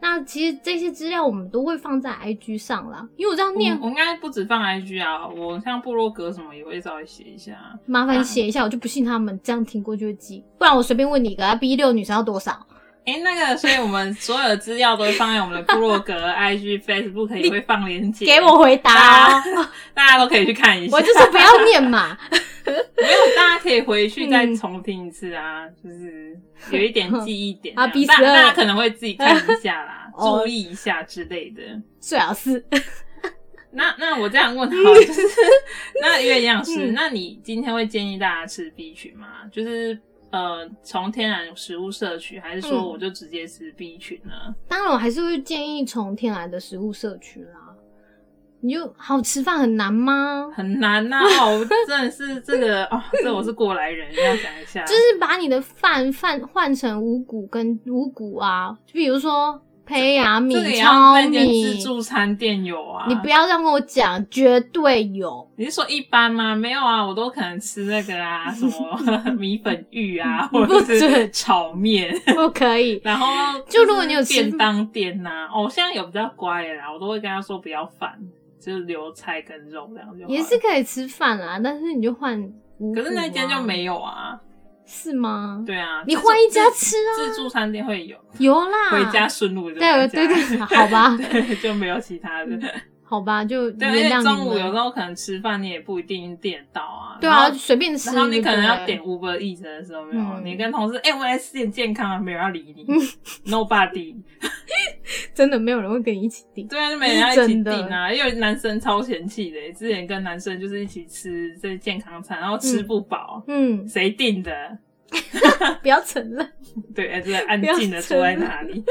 Speaker 1: 那其实这些资料我们都会放在 IG 上啦，因为我这样
Speaker 2: 我
Speaker 1: 念
Speaker 2: 我，应该不止放 IG 啊，我像部落格什么也会稍微写一下。啊
Speaker 1: 麻烦写一下，我就不信他们这样听过就会记，不然我随便问你一个，B 啊六女生要多少？
Speaker 2: 哎、那个，所以我们所有的资料都会放在我们的部落
Speaker 1: [LAUGHS]
Speaker 2: 格、IG、Facebook 也会放链接，
Speaker 1: [LAUGHS] 给我回答、哦。
Speaker 2: 大家都可以去看一下。
Speaker 1: 我就说不要念嘛。
Speaker 2: 没有， [LAUGHS] 大家可以回去
Speaker 1: 嗯
Speaker 2: 再重听一次啊，就是有一点记忆点这
Speaker 1: [LAUGHS]
Speaker 2: 样
Speaker 1: 啊逼死
Speaker 2: 大
Speaker 1: 了，
Speaker 2: 大家可能会自己看一下啦
Speaker 1: [LAUGHS] 哦
Speaker 2: 注意一下之类的。
Speaker 1: 最好是，
Speaker 2: 那那我这样
Speaker 1: [LAUGHS]
Speaker 2: 问好了，就是那月亮师，
Speaker 1: 嗯
Speaker 2: 那你今天会建议大家吃 B 群吗？就是呃，从天然食物摄取，还是说
Speaker 1: 嗯
Speaker 2: 我就直接吃 B 群呢？
Speaker 1: 当然我还是会建议从天然的食物摄取啦。你就好吃饭很难吗？
Speaker 2: 很
Speaker 1: [LAUGHS]
Speaker 2: 难呐、哦，我真的是这个哦，这我是过来人，要讲一下，
Speaker 1: 就是把你的饭饭换成五谷跟五谷啊，比如说胚芽米
Speaker 2: 这个、也要
Speaker 1: 糙
Speaker 2: 那间
Speaker 1: 米
Speaker 2: 自，助餐店有啊，
Speaker 1: 你不要这样跟我讲，绝对有。
Speaker 2: 你是说一般吗？没有啊，我都可能吃那个啊，什么米粉玉啊，
Speaker 1: [LAUGHS]
Speaker 2: 或
Speaker 1: 不准
Speaker 2: 者是
Speaker 1: [LAUGHS]
Speaker 2: 炒面，
Speaker 1: 不可以，
Speaker 2: 然后
Speaker 1: 就是如果你有吃
Speaker 2: 便当店呐、哦，我现在有比较乖的啦，我都会跟他说不要饭，就是留菜跟肉这样就好了
Speaker 1: 也是。可以吃饭啦，但是你就换五谷、啊
Speaker 2: 可是那间就，没有啊，
Speaker 1: 是吗？
Speaker 2: 对啊，
Speaker 1: 你
Speaker 2: 自助
Speaker 1: 换一家吃啊
Speaker 2: 自自助餐店会有，
Speaker 1: 有啦，
Speaker 2: 回家顺路就
Speaker 1: 对
Speaker 2: 回
Speaker 1: 对
Speaker 2: 家
Speaker 1: 对，好 [LAUGHS] 吧
Speaker 2: 对，就没有其他的。
Speaker 1: 好吧，就
Speaker 2: 对，而
Speaker 1: 嗯
Speaker 2: 且
Speaker 1: 原谅
Speaker 2: 中
Speaker 1: 你
Speaker 2: 午有
Speaker 1: 们
Speaker 2: 时。候可能吃饭你也不一定点到啊，
Speaker 1: 对啊，
Speaker 2: 然后
Speaker 1: 随便吃。
Speaker 2: 然后你可能要
Speaker 1: 对
Speaker 2: 点 Uber Eats 的时候，没有，
Speaker 1: 嗯
Speaker 2: 你跟同事，哎、我来吃点健康啊，没有人要
Speaker 1: [LAUGHS]
Speaker 2: 理你，Nobody，
Speaker 1: 真的没有人会跟你一起订。
Speaker 2: 对啊，就没人要一起
Speaker 1: 真
Speaker 2: 订
Speaker 1: 的
Speaker 2: 啊，因为男生超嫌弃的，之前跟男生就是一起吃这健康餐，然后吃不饱， [LAUGHS]
Speaker 1: 嗯，
Speaker 2: 谁订的？
Speaker 1: 不要承认
Speaker 2: 对，哎就是安静的坐在那里。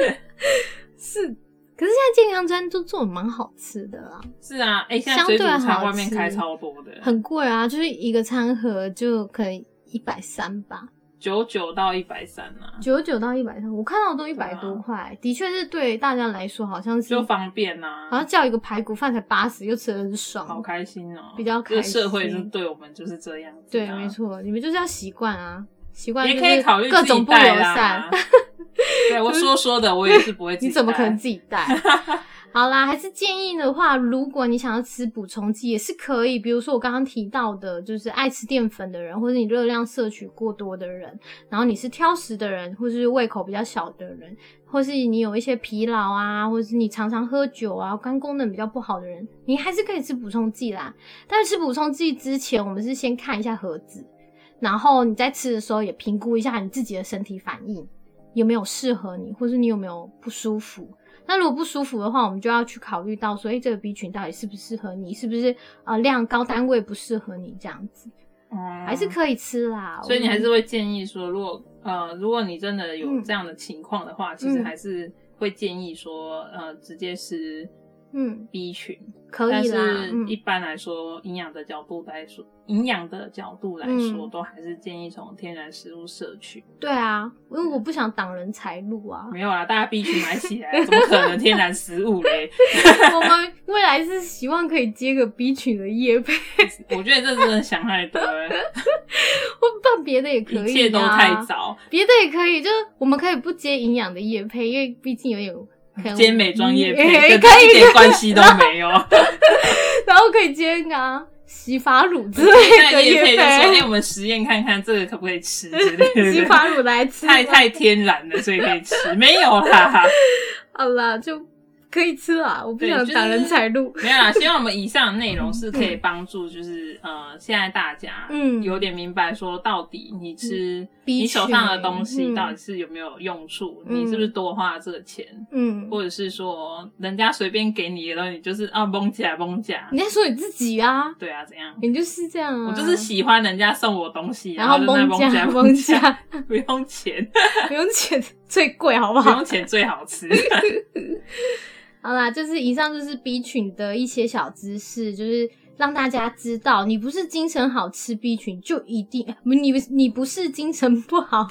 Speaker 2: [LAUGHS]
Speaker 1: 是。可是现在健康餐都做的蛮好吃的啦，
Speaker 2: 是啊，哎、现在
Speaker 1: 相对
Speaker 2: 水煮餐
Speaker 1: 好
Speaker 2: 外面
Speaker 1: 吃
Speaker 2: 开超多的，
Speaker 1: 很贵啊，就是一个餐盒就可能一百三吧，
Speaker 2: 九九到一百三啊，
Speaker 1: 九九到一百三，我看到都一百
Speaker 2: 对啊
Speaker 1: 多块，的确是对大家来说好像是
Speaker 2: 就方便啊，
Speaker 1: 好像叫一个排骨饭才八十，又吃的很爽，
Speaker 2: 好开心哦、
Speaker 1: 比较
Speaker 2: 这
Speaker 1: 开
Speaker 2: 个
Speaker 1: 心。
Speaker 2: 社会就对我们就是这样子、啊，
Speaker 1: 对，没，错，你们就是要习惯啊，习惯
Speaker 2: 也
Speaker 1: 就
Speaker 2: 可以
Speaker 1: 是
Speaker 2: 考虑
Speaker 1: 各
Speaker 2: 自己
Speaker 1: 种不友
Speaker 2: 带
Speaker 1: 善
Speaker 2: 啦。。 [LAUGHS] 对我说说的，我也是不会自己带。
Speaker 1: 你怎么可能自己带？ [LAUGHS] 好啦，还是建议的话，如果你想要吃补充剂，也是可以。比如说我刚刚提到的，就是爱吃淀粉的人，或者你热量摄取过多的人，然后你是挑食的人，或是胃口比较小的人，或是你有一些疲劳啊，或是你常常喝酒啊，肝功能比较不好的人，你还是可以吃补充剂啦。但是吃补充剂之前，我们是先看一下盒子，然后你在吃的时候也评估一下你自己的身体反应。有没有适合你，或是你有没有不舒服。那如果不舒服的话，我们就要去考虑到说，哎、这个 B 群到底适不适合你，是不是呃量高单位不适合你这样子，
Speaker 2: 嗯
Speaker 1: 还是可以吃啦。
Speaker 2: 所以你
Speaker 1: 我
Speaker 2: 还是会建议说，如果呃，如果你真的有这样的情况的话，
Speaker 1: 嗯
Speaker 2: 其实还是会建议说，呃，直接吃
Speaker 1: 嗯
Speaker 2: B 群。
Speaker 1: 可以啦
Speaker 2: 但，是
Speaker 1: 嗯
Speaker 2: 一般来说，营养的角度来说，营养的角度来说，
Speaker 1: 嗯
Speaker 2: 都还是建议从天然食物摄取。
Speaker 1: 对啊，因为我不想挡人财路
Speaker 2: [LAUGHS]
Speaker 1: 啊。
Speaker 2: 没有啦，大家 B 群买起来，怎么可能天然食物嘞？
Speaker 1: 我们未来是希望可以接个 B 群的业配， [LAUGHS]
Speaker 2: 我觉得这真的想太多了，
Speaker 1: 或办别的也可以、啊，
Speaker 2: 一切都太早。
Speaker 1: 别的也可以，就是我们可以不接营养的业配，因为毕竟有点可能嗯
Speaker 2: 接美妆业
Speaker 1: [LAUGHS] 也
Speaker 2: 配，跟
Speaker 1: 哎可
Speaker 2: 这
Speaker 1: 以
Speaker 2: 一点关系都
Speaker 1: [LAUGHS]
Speaker 2: 没有。
Speaker 1: 然后可以接那个啊洗发乳之类
Speaker 2: 现
Speaker 1: 的
Speaker 2: 在叶配就
Speaker 1: [LAUGHS]
Speaker 2: 说：“哎，
Speaker 1: 配，
Speaker 2: 我们实验看看这个可不可以吃之类
Speaker 1: [LAUGHS]
Speaker 2: 的。”
Speaker 1: 洗发乳来吃。
Speaker 2: 太太天然了，所以可以吃。没有
Speaker 1: [LAUGHS]
Speaker 2: 啦，
Speaker 1: 好啦，就可以吃啦，我不
Speaker 2: 对
Speaker 1: 想
Speaker 2: 就是
Speaker 1: 挡人财路。
Speaker 2: 没有啦。希望我们以上的内容是可以帮助，就是呃，现在大家
Speaker 1: 嗯
Speaker 2: 有点明白说，到底你吃
Speaker 1: 必
Speaker 2: 你手上的东
Speaker 1: 须嗯
Speaker 2: 西到底是有没有用处，
Speaker 1: 嗯
Speaker 2: 你是不是多花这个钱，
Speaker 1: 嗯，
Speaker 2: 或者是说人家随便给你的东西，你就是啊蒙起来蒙起来
Speaker 1: 你，在说你自己啊，
Speaker 2: 对啊，怎样？
Speaker 1: 你就是这样啊。
Speaker 2: 我就是喜欢人家送我东西，
Speaker 1: 然
Speaker 2: 啊后
Speaker 1: 后
Speaker 2: 就在
Speaker 1: 蒙
Speaker 2: 蒙起来
Speaker 1: 家
Speaker 2: 蒙
Speaker 1: 蒙
Speaker 2: 起
Speaker 1: [LAUGHS]
Speaker 2: 来，
Speaker 1: 家，
Speaker 2: [LAUGHS] 不用钱，
Speaker 1: 不用钱，最贵好不
Speaker 2: 不
Speaker 1: 好
Speaker 2: 用？钱最好
Speaker 1: [LAUGHS]
Speaker 2: 吃。
Speaker 1: 好啦，就是以上就是 B 群的一些小知识，就是让大家知道，你不是精神好吃 B 群就一定，你你不是精神不好，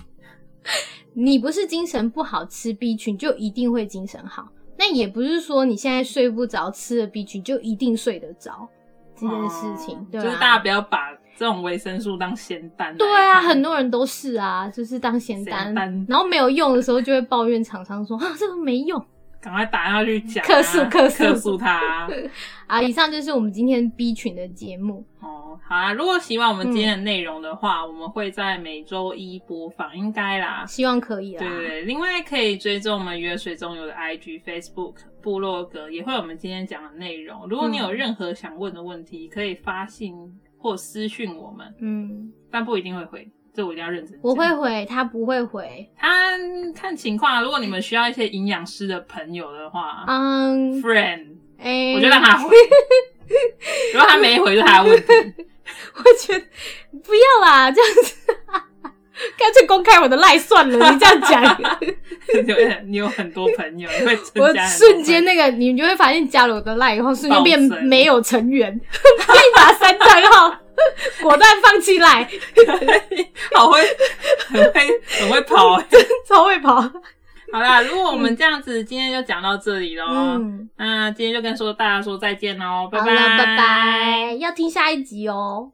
Speaker 1: [LAUGHS] 你不是精神不好吃 B 群就一定会精神好。那也不是说你现在睡不着吃了 B 群就一定睡得着这件事情，
Speaker 2: 哦
Speaker 1: 对
Speaker 2: 就是
Speaker 1: 吧
Speaker 2: 大家不要把这种维生素当仙丹来看。
Speaker 1: 对啊，很多人都是啊，就是当闲单
Speaker 2: 闲，单
Speaker 1: 然后没有用的时候就会抱怨厂商说啊这个没用。
Speaker 2: 赶快打电话去讲啊，
Speaker 1: 客诉客诉
Speaker 2: 客
Speaker 1: [LAUGHS]
Speaker 2: 诉他。
Speaker 1: 啊，以上就是我们今天 B 群的节目。
Speaker 2: 哦，好啊！如果喜欢我们
Speaker 1: 嗯
Speaker 2: 今天的内容的话，我们会在每周一播放，应该啦。
Speaker 1: 希望可以啦。
Speaker 2: 对对对，另外可以追踪我们约水中游的 IG、Facebook、部落格，也会有我们今天讲的内容。如果
Speaker 1: 嗯
Speaker 2: 你有任何想问的问题，可以发信或私讯我们，
Speaker 1: 嗯，
Speaker 2: 但不一定会回，这我一定要认真讲。
Speaker 1: 我会回，他不会回。
Speaker 2: 他看情况啊，如果你们需要一些营养师的朋友的话、
Speaker 1: 嗯，
Speaker 2: f r i e n d
Speaker 1: 哎、
Speaker 2: 啊我就让他回。 [LAUGHS] 如果他没回，就 [LAUGHS] 他的问题。
Speaker 1: [LAUGHS] 我觉得不要啦，这样子， [LAUGHS] 干脆公开我的赖算了。你这样讲，
Speaker 2: [LAUGHS] 你有你有很多朋友，你会增
Speaker 1: 我
Speaker 2: 加很多
Speaker 1: 瞬间那个，你就会发现加了我的赖以后，瞬间变
Speaker 2: 暴增
Speaker 1: 没有成员， [LAUGHS] 一把三张
Speaker 2: [LAUGHS]
Speaker 1: 号，果断放弃赖，
Speaker 2: 朋友好会，很会，很会跑、欸
Speaker 1: 超会跑。
Speaker 2: [LAUGHS] 好啦，如果我们这样子，今天就讲到这里喽。
Speaker 1: 嗯，
Speaker 2: 那今天就跟说大家说再见喽，拜
Speaker 1: 好
Speaker 2: 拜，
Speaker 1: 了，拜拜，要听下一集哦。